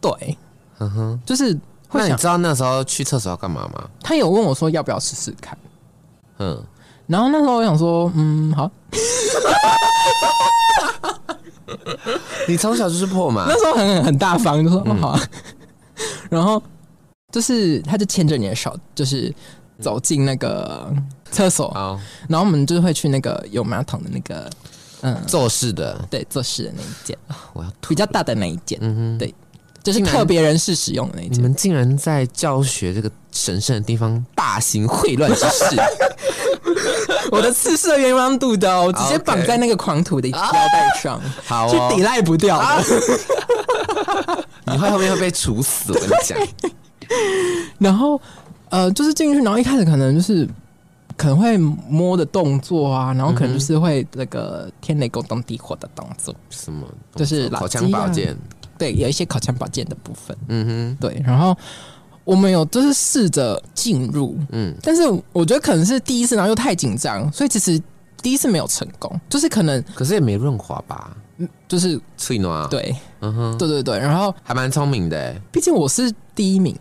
S2: 对，
S1: 哼嗯哼。
S2: 就是会
S1: 那你
S2: 想
S1: 知道那时候去厕所要干嘛吗？
S2: 他有问我说要不要试试看。
S1: 嗯，
S2: 然后那时候我想说，嗯，好，
S1: 你从小就是破嘛
S2: 那，时候很很大方，就说、
S1: 嗯
S2: 哦、好啊。 然后就是他就牵着你的手，就是走进那个厕所，
S1: 好，
S2: 然后我们就会去那个有马桶的那个，嗯，
S1: 做事的，
S2: 对，做事的那一间，
S1: 我要
S2: 比较大的那一间，
S1: 嗯哼。嗯
S2: 就是特别人士使用的那一
S1: 你
S2: 间。
S1: 们竟然在教学这个神圣的地方大型秽乱之 事，
S2: 我的刺是鸳鸯肚的、哦，我直
S1: 啊
S2: 接
S1: OK
S2: 绑在那个狂徒的腰带上，
S1: 好
S2: 是抵
S1: 哦，
S2: 赖不掉的。啊
S1: 你会后面会被处死，我 跟你讲。
S2: 然后呃，就是进去，然后一开始可能就是可能会摸的动作啊，然后可能就是会那个天雷勾动地火的动作，
S1: 什么动作
S2: 就是垃圾啊
S1: 口腔保健，
S2: 对，有一些口腔保健的部分，
S1: 嗯
S2: 对，然后。我们有就是试着进入，
S1: 哼，嗯
S2: 但是我觉得可能是第一次，然后又太紧张，所以其实第一次没有成功，就是可能，
S1: 可是也没润滑吧？
S2: 就是
S1: 翠暖，，
S2: 对
S1: 嗯哼，
S2: 对对对，然后
S1: 还蛮聪明的，欸
S2: 毕竟我是第一名，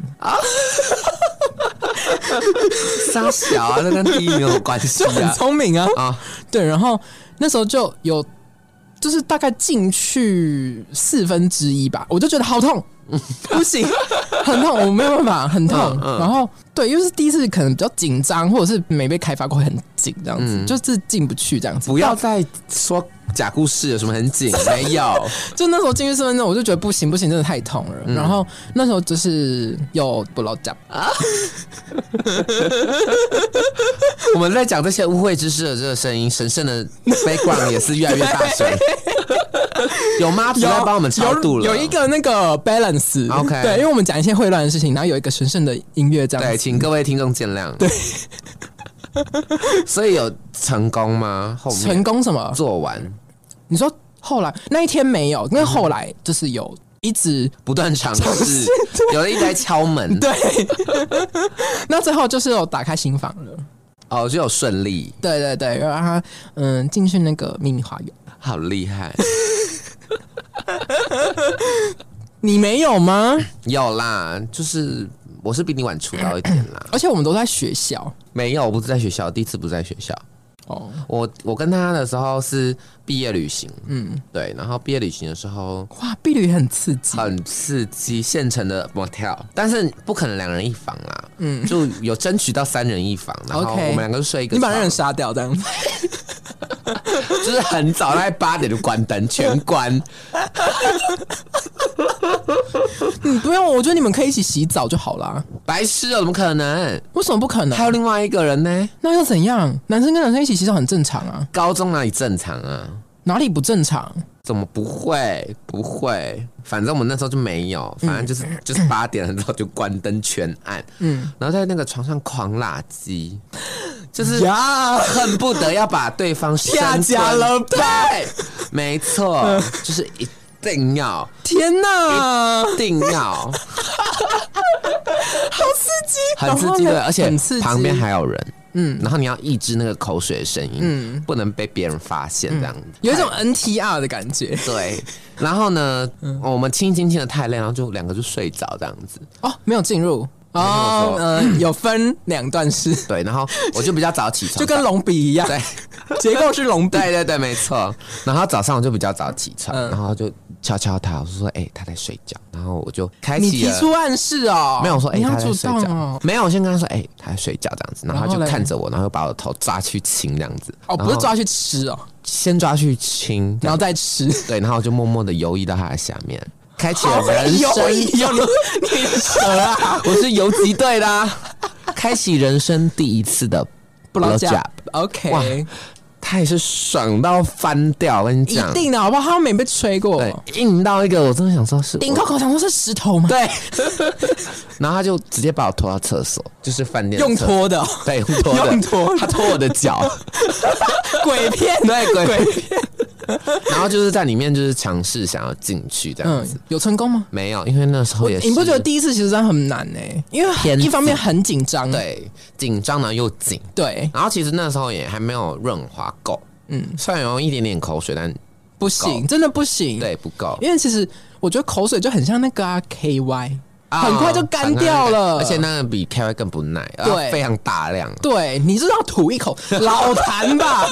S1: 傻小啊，那跟第一没有关系
S2: 就 很
S1: 啊。
S2: 聪明啊。
S1: 啊，
S2: 对，然后那时候就有，就是大概进去四分之一吧，我就觉得 好痛，不行，很痛，我没有办法，很痛。
S1: 嗯嗯
S2: 然后对，又是第一次，可能比较紧张，或者是没被开发过，很紧这样子，
S1: 嗯
S2: 就是进不去这样子。
S1: 不要再说假故事，有什么很紧？没 有，
S2: 就那时候进去四分钟，我就觉得不行不行，真的太痛了。
S1: 嗯
S2: 然后那时候就是有不老讲，
S1: 我们在讲这些污秽之事的这个声音，神圣 的 background 也是越来越大声。有吗？只在帮我们超度了。
S2: 有有一个那个 balance。
S1: OK
S2: 对，因为我们讲一些混乱的事情，然后有一个神圣的音乐这样
S1: 对，
S2: 子。
S1: 请各位听众见谅。对， 所以有成功吗？后面
S2: 成功什么？
S1: 做完
S2: 你说后来那一天没有，因为后来就是有一直
S1: 不断尝试，有人一直在敲门，
S2: 对， 那最后就是有打开新房了。
S1: 哦，就有顺利，
S2: 对对对，然后他嗯进去那个秘密花园，
S1: 好厉 害，
S2: 你没有吗？
S1: 嗯有啦，就是我是比你晚出道一点啦，
S2: 而且我们都在学校
S1: 没有，我不是在学校，第一次不在学校，
S2: 哦，
S1: 我我跟他的时候是毕业旅行，嗯，对，然后毕业旅行的时候
S2: 哇，婢女很刺激，
S1: 很刺激，现成的 motel，但是不可能两人一房啦，嗯，就有争取到三人一房，然后
S2: OK
S1: 我们两个就睡一个
S2: 你
S1: 床，
S2: 把那人杀掉这样子，
S1: 就是很早，大概八点就关灯，全关，
S2: 你不用，我觉得你们可以一起洗澡就好啦，
S1: 白痴哦，怎么可能？
S2: 为什么不可能
S1: 还？有另外一个人呢，
S2: 那又怎样？男生跟男生一起洗澡很正常啊，
S1: 高中哪里正常啊？
S2: 哪里不正常？
S1: 怎么不会？不会，反正我们那时候就没有，
S2: 嗯
S1: 反正就是、就是八点很早就关灯全暗，嗯，然后在那个床上狂拉鸡，
S2: 啊
S1: 就是
S2: 呀，
S1: 恨不得要把对方
S2: 下
S1: 深
S2: 家
S1: 蹲
S2: 了吧？
S1: 没错，
S2: 嗯
S1: 就是一定要，
S2: 天 哪！
S1: 一定要，
S2: 好刺激，
S1: 很刺激的，而且
S2: 很刺激
S1: 旁边还有人，嗯，然后你要抑制那个口水的声音，嗯，不能被别人发现这样子，
S2: 有一种 NTR 的感觉
S1: 对。然后呢，
S2: 嗯
S1: 我们亲亲亲的太累，然后就两个就睡着这样子，
S2: 哦，没有进入
S1: 有
S2: 哦，呃，有分两段 式，
S1: 对。然后我就比较早起床，
S2: 就跟隆鼻一样，
S1: 对
S2: 结构是隆鼻，
S1: 对对对，没错。然后早上我就比较早起床，
S2: 嗯
S1: 然后就敲敲他，我就说：“哎、他在睡觉。”然后我就开
S2: 你
S1: 启
S2: 提
S1: 了。
S2: 出暗示哦，
S1: 没有我说哎、
S2: 你
S1: 他
S2: 要
S1: 在
S2: 主
S1: 睡
S2: 动
S1: 觉，
S2: 哦，
S1: 没有，我先跟他说哎、他在睡觉这样子，然后他
S2: 然后
S1: 就
S2: 嘞
S1: 看着我，然后又把我的头抓去亲这样子，
S2: 哦，
S1: 然
S2: 不是
S1: 后
S2: 抓去吃哦，
S1: 先抓去亲，
S2: 然后再吃，
S1: 对，然后我就默默的游移到他的下面，开启了
S2: 会
S1: 人
S2: 游移
S1: 生，
S2: 哦，你你蛇啊，
S1: 我是游击队的啊、开启人生第一次的
S2: 不老
S1: blowjob
S2: 假
S1: 哇
S2: ，OK，
S1: 他也是爽到翻掉，我跟你
S2: 一
S1: 讲，
S2: 定的好不好？他没被吹过，
S1: 对，硬到一个我真的想说是我
S2: 顶扣口想说是石头吗？
S1: 对， 然后他就直接把我拖到厕所，就是饭店的
S2: 用
S1: 厕所，
S2: 拖的哦，
S1: 对，用拖的，
S2: 用拖的
S1: 他拖我的脚，
S2: 鬼片，
S1: 对，鬼
S2: 鬼片，
S1: 然后就是在里面就是尝试想要进去这样
S2: 嗯
S1: 子，，
S2: 有成功吗？
S1: 没有，因为那时候也是
S2: 你不觉得第一次其实真的很难呢、因为
S1: 天
S2: 一方面很紧张，
S1: 对紧张呢又紧，
S2: 对，
S1: 然后其实那时候也还没有润滑够，
S2: 嗯，
S1: 虽然有一点点口水，但
S2: 不行，真的不行。，
S1: 对不够，
S2: 因为其实我觉得口水就很像那个啊 KY，
S1: 啊
S2: 很快就干掉了
S1: 而且那个比 K Y 更不耐，然后非常大量，
S2: 对，你就是要吐 一口老痰吧，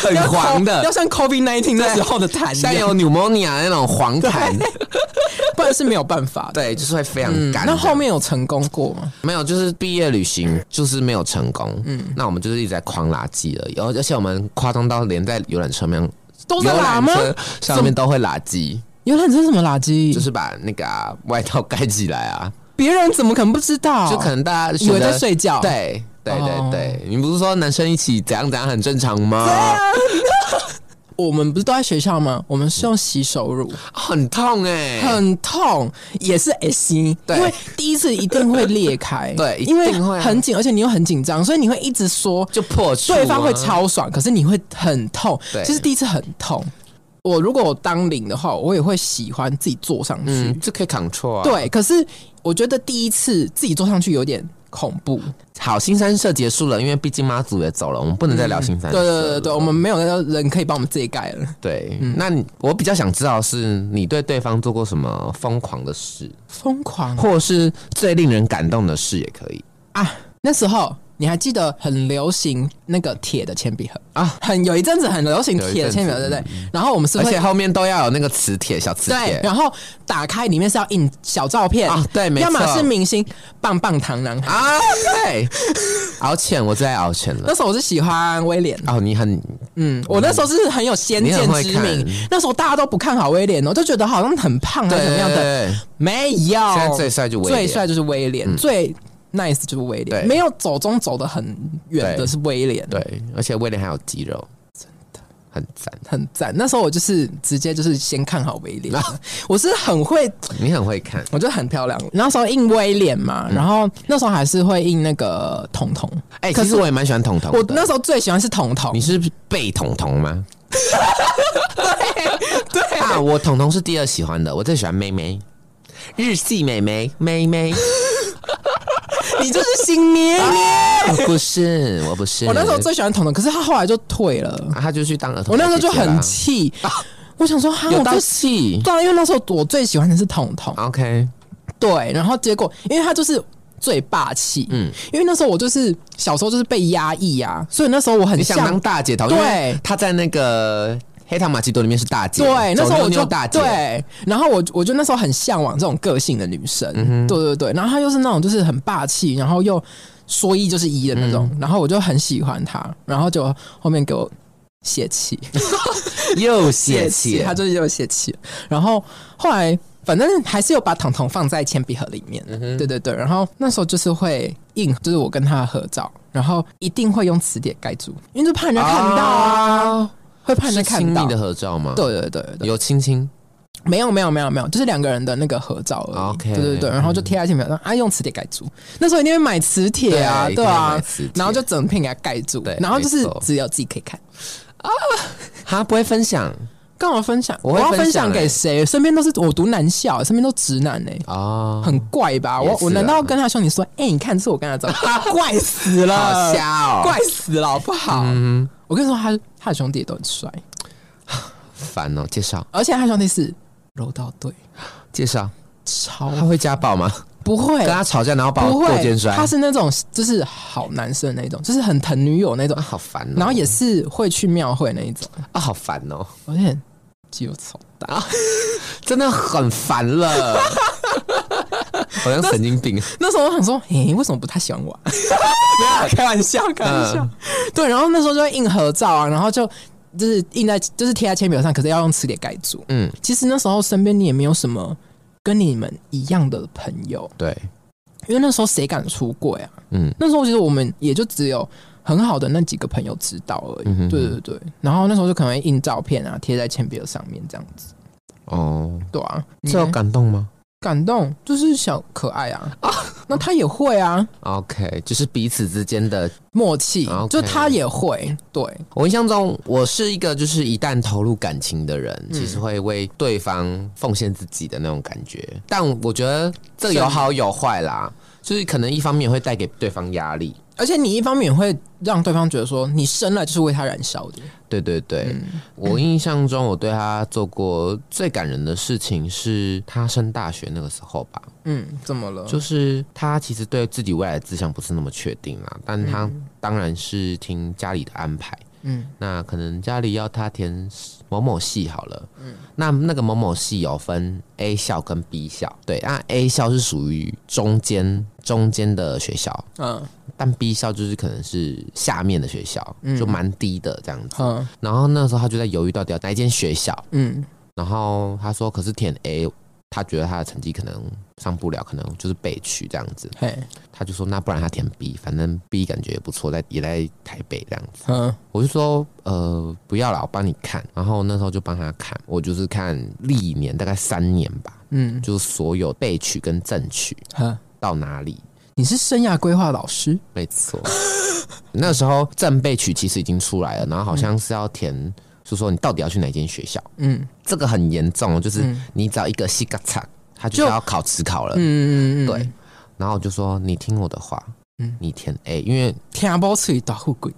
S1: 很
S2: 要
S1: 黄
S2: 要
S1: 的，
S2: 像 COVID nineteen 那时候的痰
S1: 像
S2: 一样，
S1: 有 pneumonia 那种黄痰，
S2: 不然是没有办法的。
S1: 对，就是会非常
S2: 嗯，
S1: 干。
S2: 那后面有成功过吗？
S1: 没有，就是毕业旅行就是没有成功，嗯，那我们就是一直在狂拉鸡而已，而而且我们夸张到连在游览车上。
S2: 都在
S1: 游
S2: 拉
S1: 览
S2: 吗？
S1: 车上面都会垃圾，
S2: 游览车什么垃圾？
S1: 就是把那个、啊、外套盖起来啊，
S2: 别人怎么可能不知道？
S1: 就可能大家
S2: 哦以为
S1: 选择
S2: 在睡觉。，哦
S1: 对对对对，你不是说男生一起怎样怎样很正常吗？
S2: 啊 我们不是都在学校吗？我们是用洗手乳，
S1: 很痛哎、
S2: 很痛，也是 S 型，
S1: 对
S2: 因为第一次一定会裂开，
S1: 对一
S2: 因为
S1: 定会啊
S2: 很紧，而且你又很紧张，所以你会一直说，
S1: 就破处、啊
S2: 对方会，超爽，可是你会很痛
S1: 对，
S2: 其实第一次很痛。我如果我当零的话，我也会喜欢自己坐上去，
S1: 嗯，这可以 control 啊。，
S2: 对。可是我觉得第一次自己坐上去有点恐怖，
S1: 好，新三社结束了，因为毕竟妈祖也走了，我们不能再聊新三
S2: 对
S1: 社
S2: 嗯对
S1: 了、
S2: 对对对，我们没有那个人可以帮我们自己盖了。
S1: 对，
S2: 嗯
S1: 那你我比较想知道的是你对对方做过什么疯狂的事，
S2: 疯狂
S1: 或者是最令人感动的事也可以。
S2: 啊！那时候你还记得很流行那个铁的铅笔盒
S1: 啊
S2: 啊，很有一阵子很流行铁的铅笔盒，
S1: 有
S2: 对
S1: 一阵子嗯
S2: 不对？然后我们是
S1: 而
S2: 会
S1: 且后面都要有那个磁铁，小磁
S2: 对，
S1: 铁
S2: 然后打开里面是要印小照片
S1: 啊，对，没错，
S2: 要么是明星棒棒糖男孩。
S1: 啊，对，敖犬，我最爱敖犬了。
S2: 那时候我是喜欢威廉，
S1: 哦，你很
S2: 嗯，我那时候是很有先见
S1: 你
S2: 之
S1: 很会
S2: 明。那时候大家都不看好威廉哦，就觉得好像很胖啊，
S1: 对
S2: 怎么样的？
S1: 对对
S2: 没有，
S1: 现在最帅就威廉
S2: 哦
S1: 嗯
S2: 最帅就是威廉，最 nice 就是威
S1: 对
S2: 廉，没有走中走的很远
S1: 对
S2: 的是威廉，
S1: 对，对而且威廉还有肌肉，真的很赞。
S2: 很赞。那时候我就是直接就是先看好威廉， 我是很会，
S1: 你很会看
S2: 我觉得很漂亮。那时候印威廉嘛，然后那时候还是会印那个彤彤，
S1: 哎、
S2: 可
S1: 其
S2: 是
S1: 实我也蛮喜欢彤彤的。
S2: 我那时候最喜欢是彤彤
S1: 你，是被彤彤吗？
S2: 对
S1: 啊，我彤彤是第二喜欢的，我最喜欢妹妹，日系妹妹，妹妹。 哦
S2: 你啊就是新咩咩。
S1: 我不是，我不是。
S2: 我那时候最喜欢彤彤，可是他后来就退了，
S1: 啊，他就去当儿童。
S2: 我那时候就很气，我想说哈，
S1: 有
S2: 我
S1: 到
S2: 就
S1: 气。
S2: 对啊，因为那时候我最喜欢的是彤彤，
S1: OK，
S2: 对，然后结果因为他就是最霸气，
S1: 嗯
S2: 嗯，因为那时候我就是小时候就是被压抑啊，所以那时候我很
S1: 你想当
S2: 像。
S1: 大姐头？
S2: 对
S1: 因为她在那个《黑糖玛奇朵》里面是大姐，
S2: 对，那时候
S1: 走妞
S2: 我就
S1: 妞大姐，
S2: 对，然后我我就那时候很向往这种个性的女生，
S1: 嗯
S2: 对对对，然后她又是那种就是很霸气，然后又说一就是一的那
S1: 嗯
S2: 种，然后我就很喜欢她，然后就后面给我泄气，
S1: 又泄 气
S2: 他。就是有泄气。然后后来反正还是有把糖糖放在铅笔盒里面，
S1: 嗯
S2: 对对对。然后那时候就是会印，就是我跟他的合照，然后一定会用磁铁盖住，因为就怕人家看到啊，
S1: 啊，
S2: 会怕人家
S1: 是亲
S2: 看到
S1: 密的。合照吗？，
S2: 对对对对，
S1: 有亲亲。
S2: 没有没有没有没有，就是两个人的那个合照而已。
S1: OK
S2: 对对对，然后就贴在铅笔盒上，啊，用磁铁盖住。那时候一定会买磁铁啊，
S1: 对
S2: 对
S1: 一定会买
S2: 啊
S1: 磁铁，
S2: 然后就整片给它盖住
S1: 对，
S2: 然后就是
S1: 没错
S2: 只有自己可以看。
S1: 他不会分享
S2: 跟我分享，
S1: 我
S2: 我
S1: 会
S2: 要
S1: 分
S2: 分
S1: 享
S2: 享
S1: 欸
S2: 给谁？身边都是我读男校，身边都直男呢、
S1: 哦，
S2: 很怪吧？
S1: 也
S2: 我
S1: 是啊
S2: 我难道跟他兄弟说，哎、你看这是我跟他照 片，怪死了，
S1: 好瞎哦嗯
S2: 怪死了，好不好？我跟你说，他他的兄弟也都很帅，
S1: 烦哦。介绍
S2: 而且他兄弟是柔道队，
S1: 介绍，
S2: 超
S1: 他会家暴吗？
S2: 不会
S1: 跟。他吵架然后把
S2: 哎不
S1: 我过
S2: 会
S1: 肩，摔，
S2: 他是那种就是好男生那种，就是很疼女友那种
S1: 啊，好烦哦。
S2: 然后也是会去庙会那一种，
S1: 啊，好烦哦，
S2: 而且肌肉超大，
S1: 真的很烦 了，好像神经病。
S2: 那时候我想说，诶、为什么不太喜 欢我、啊？没有啊，开玩笑，开玩笑。
S1: 嗯
S2: 对，然后那时候就会印合照啊，然后就就是印在就是贴在铅笔盒上，可是要用磁铁盖住。
S1: 嗯，
S2: 其实那时候身边你也没有什么跟你们一样的朋友，
S1: 对，
S2: 因为那时候谁敢出柜啊？
S1: 嗯，
S2: 那时候其实我们也就只有很好的那几个朋友知道而已。
S1: 嗯哼
S2: 对对对，然后那时候就可能会印照片啊，贴在铅笔盒上面这样子。
S1: 哦，
S2: 对啊，你
S1: 这有
S2: 呢
S1: 感动吗
S2: 感动就是小可爱啊，那他也会啊。
S1: ？OK，就是彼此之间的
S2: 默契
S1: 啊 OK
S2: 就他也会对，
S1: 我印象中，我是一个就是一旦投入感情的人，
S2: 嗯
S1: 其实会为对方奉献自己的那种感觉。但我觉得这有好有坏啦，就是可能一方面会带给对方压力，
S2: 而且你一方面也会让对方觉得说你生来就是为他燃烧的，
S1: 对对对。我印象中，我对他做过最感人的事情是他升大学那个时候吧，
S2: 嗯，怎么了？
S1: 就是他其实对自己未来的志向不是那么确定啦，但他当然是听家里的安排。
S2: 嗯
S1: 那可能家里要他填某某系好了，嗯，那那个某某系有分 A 校跟 B 校，对，那 A 校是属于中间中间的学校，
S2: 嗯
S1: 但 B 校就是可能是下面的学校，就蛮低的这样子。
S2: 嗯
S1: 然后那时候他就在犹豫到底要哪一间学校，
S2: 嗯
S1: 然后他说可是填 A 他觉得他的成绩可能上不了，可能就是被取这样子。
S2: 嘿，
S1: 他就说那不然他填 B，反正 B 感觉也不错，在也在台北这样子。
S2: 嗯，
S1: 我就说呃不要了，我帮你看。然后那时候就帮他看，我就是看历年大概三年吧，
S2: 嗯，
S1: 就是所有被取跟正取
S2: 哈，
S1: 到哪里。
S2: 你是生涯规划老师？
S1: 没错，那时候正被取其实已经出来了，然后好像是要填，是说你到底要去哪间学校。
S2: 嗯
S1: 这个很严重哦，就是
S2: 嗯
S1: 你找一个西嘎嚓，他就
S2: 就是
S1: 要考职考了。
S2: 嗯嗯嗯，
S1: 呃对，然后我就说你听我的话，
S2: 嗯
S1: 你填 A，因为
S2: 天包吃一大富贵。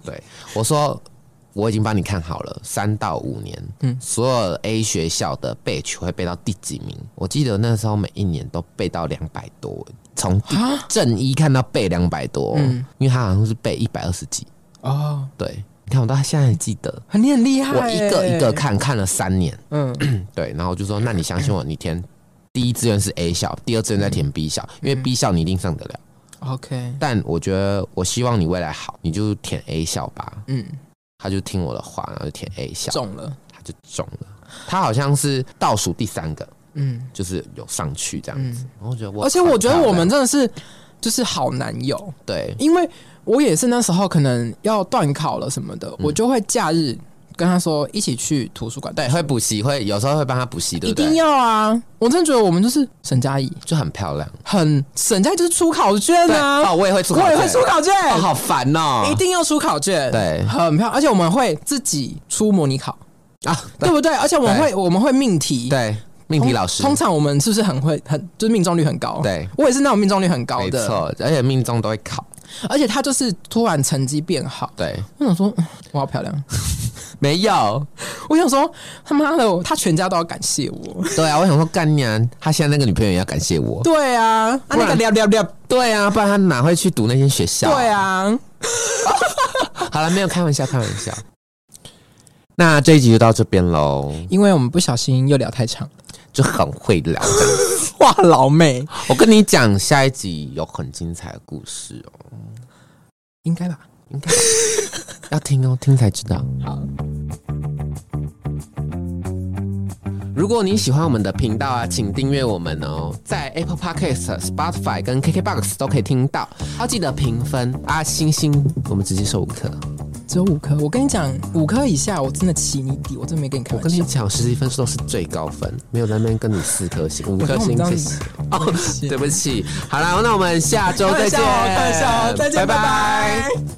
S1: 我说我已经帮你看好了，三到五年，
S2: 嗯
S1: 所有 A 学校的备取会背到第几名？我记得那时候每一年都背到两百多，从第
S2: 啊
S1: 正一看到背两百多，
S2: 嗯
S1: 因为他好像是背一百二十几，
S2: 哦，
S1: 对。你看，我到现在还记得，
S2: 啊你很厉害、
S1: 我一个一个，看，看了三年，
S2: 嗯，
S1: 对，然后我就说，那你相信我，你填第一志愿是 A 校，第二志愿再填 B 校，因为 B 校你一定上得了。
S2: OK，
S1: 但我觉得，我希望你未来好，你就填 A 校吧。
S2: 嗯，
S1: 他就听我的话，然后就填 A 校，
S2: 中了，
S1: 他就中了。他好像是倒数第三个，
S2: 嗯，
S1: 就是有上去这样子。然后我觉得我，
S2: 而且我觉得我们真的是就是好难有，
S1: 对，
S2: 因为我也是那时候可能要断考了什么的，
S1: 嗯
S2: 我就会假日跟他说一起去图书馆，对，
S1: 会补习，会有时候会帮他补习，对
S2: 一
S1: 不对？
S2: 定要啊！我真的觉得我们就是沈佳宜，
S1: 就很漂亮。
S2: 很沈佳宜就是出考卷
S1: 对
S2: 啊，
S1: 哦，我也会出考
S2: 我
S1: 卷，
S2: 也会出考卷，
S1: 哦，好烦哦，
S2: 一定要出考卷，
S1: 对
S2: 很漂亮，而且我们会自己出模拟考，
S1: 啊，
S2: 对不对？而且我们会我们会命题，
S1: 对，命
S2: 通，
S1: 题老师，
S2: 通常我们是不是很会很就是命中率很高？，
S1: 对，
S2: 我也是那种命中率很高
S1: 没
S2: 的，
S1: 错，而且命中都会考，
S2: 而且他就是突然成绩变好，
S1: 对，
S2: 我想说嗯我好漂亮，
S1: 没有，
S2: 我想说他妈的他全家都要感谢 我，
S1: 对啊，我想说干娘，他现在那个女朋友也要感谢我，
S2: 对啊，啊
S1: 然
S2: 那个聊聊聊，
S1: 对啊，不然他哪会去读那间学校？
S2: 对，啊，
S1: 好了，没有开玩笑，开玩笑。那这一集就到这边喽，
S2: 因为我们不小心又聊太长，
S1: 就很会聊这样子。
S2: 哇老妹
S1: 我跟你讲，下一集有很精彩的故事哦，
S2: 应该吧。
S1: 应该要听哦，听才知道。
S2: 好，
S1: 如果你喜欢我们的频道啊，请订阅我们哦，在 Apple Podcast、Spotify 跟 KKBox 都可以听到。要记得评分啊，星星，我们直接收五颗。
S2: 只有五颗。我跟你讲，五颗以下我真的起你底，我真的没跟你开
S1: 我
S2: 玩
S1: 跟你
S2: 笑。
S1: 讲，实际分数都是最高分，没有在那边跟你四颗星、五
S2: 我
S1: 颗
S2: 跟
S1: 星，
S2: 我
S1: 谢
S2: 们
S1: 谢。
S2: 哦，
S1: 对不起，好啦，那我们下周再见，
S2: 开玩笑哦开玩笑哦，再见，
S1: 拜
S2: 拜拜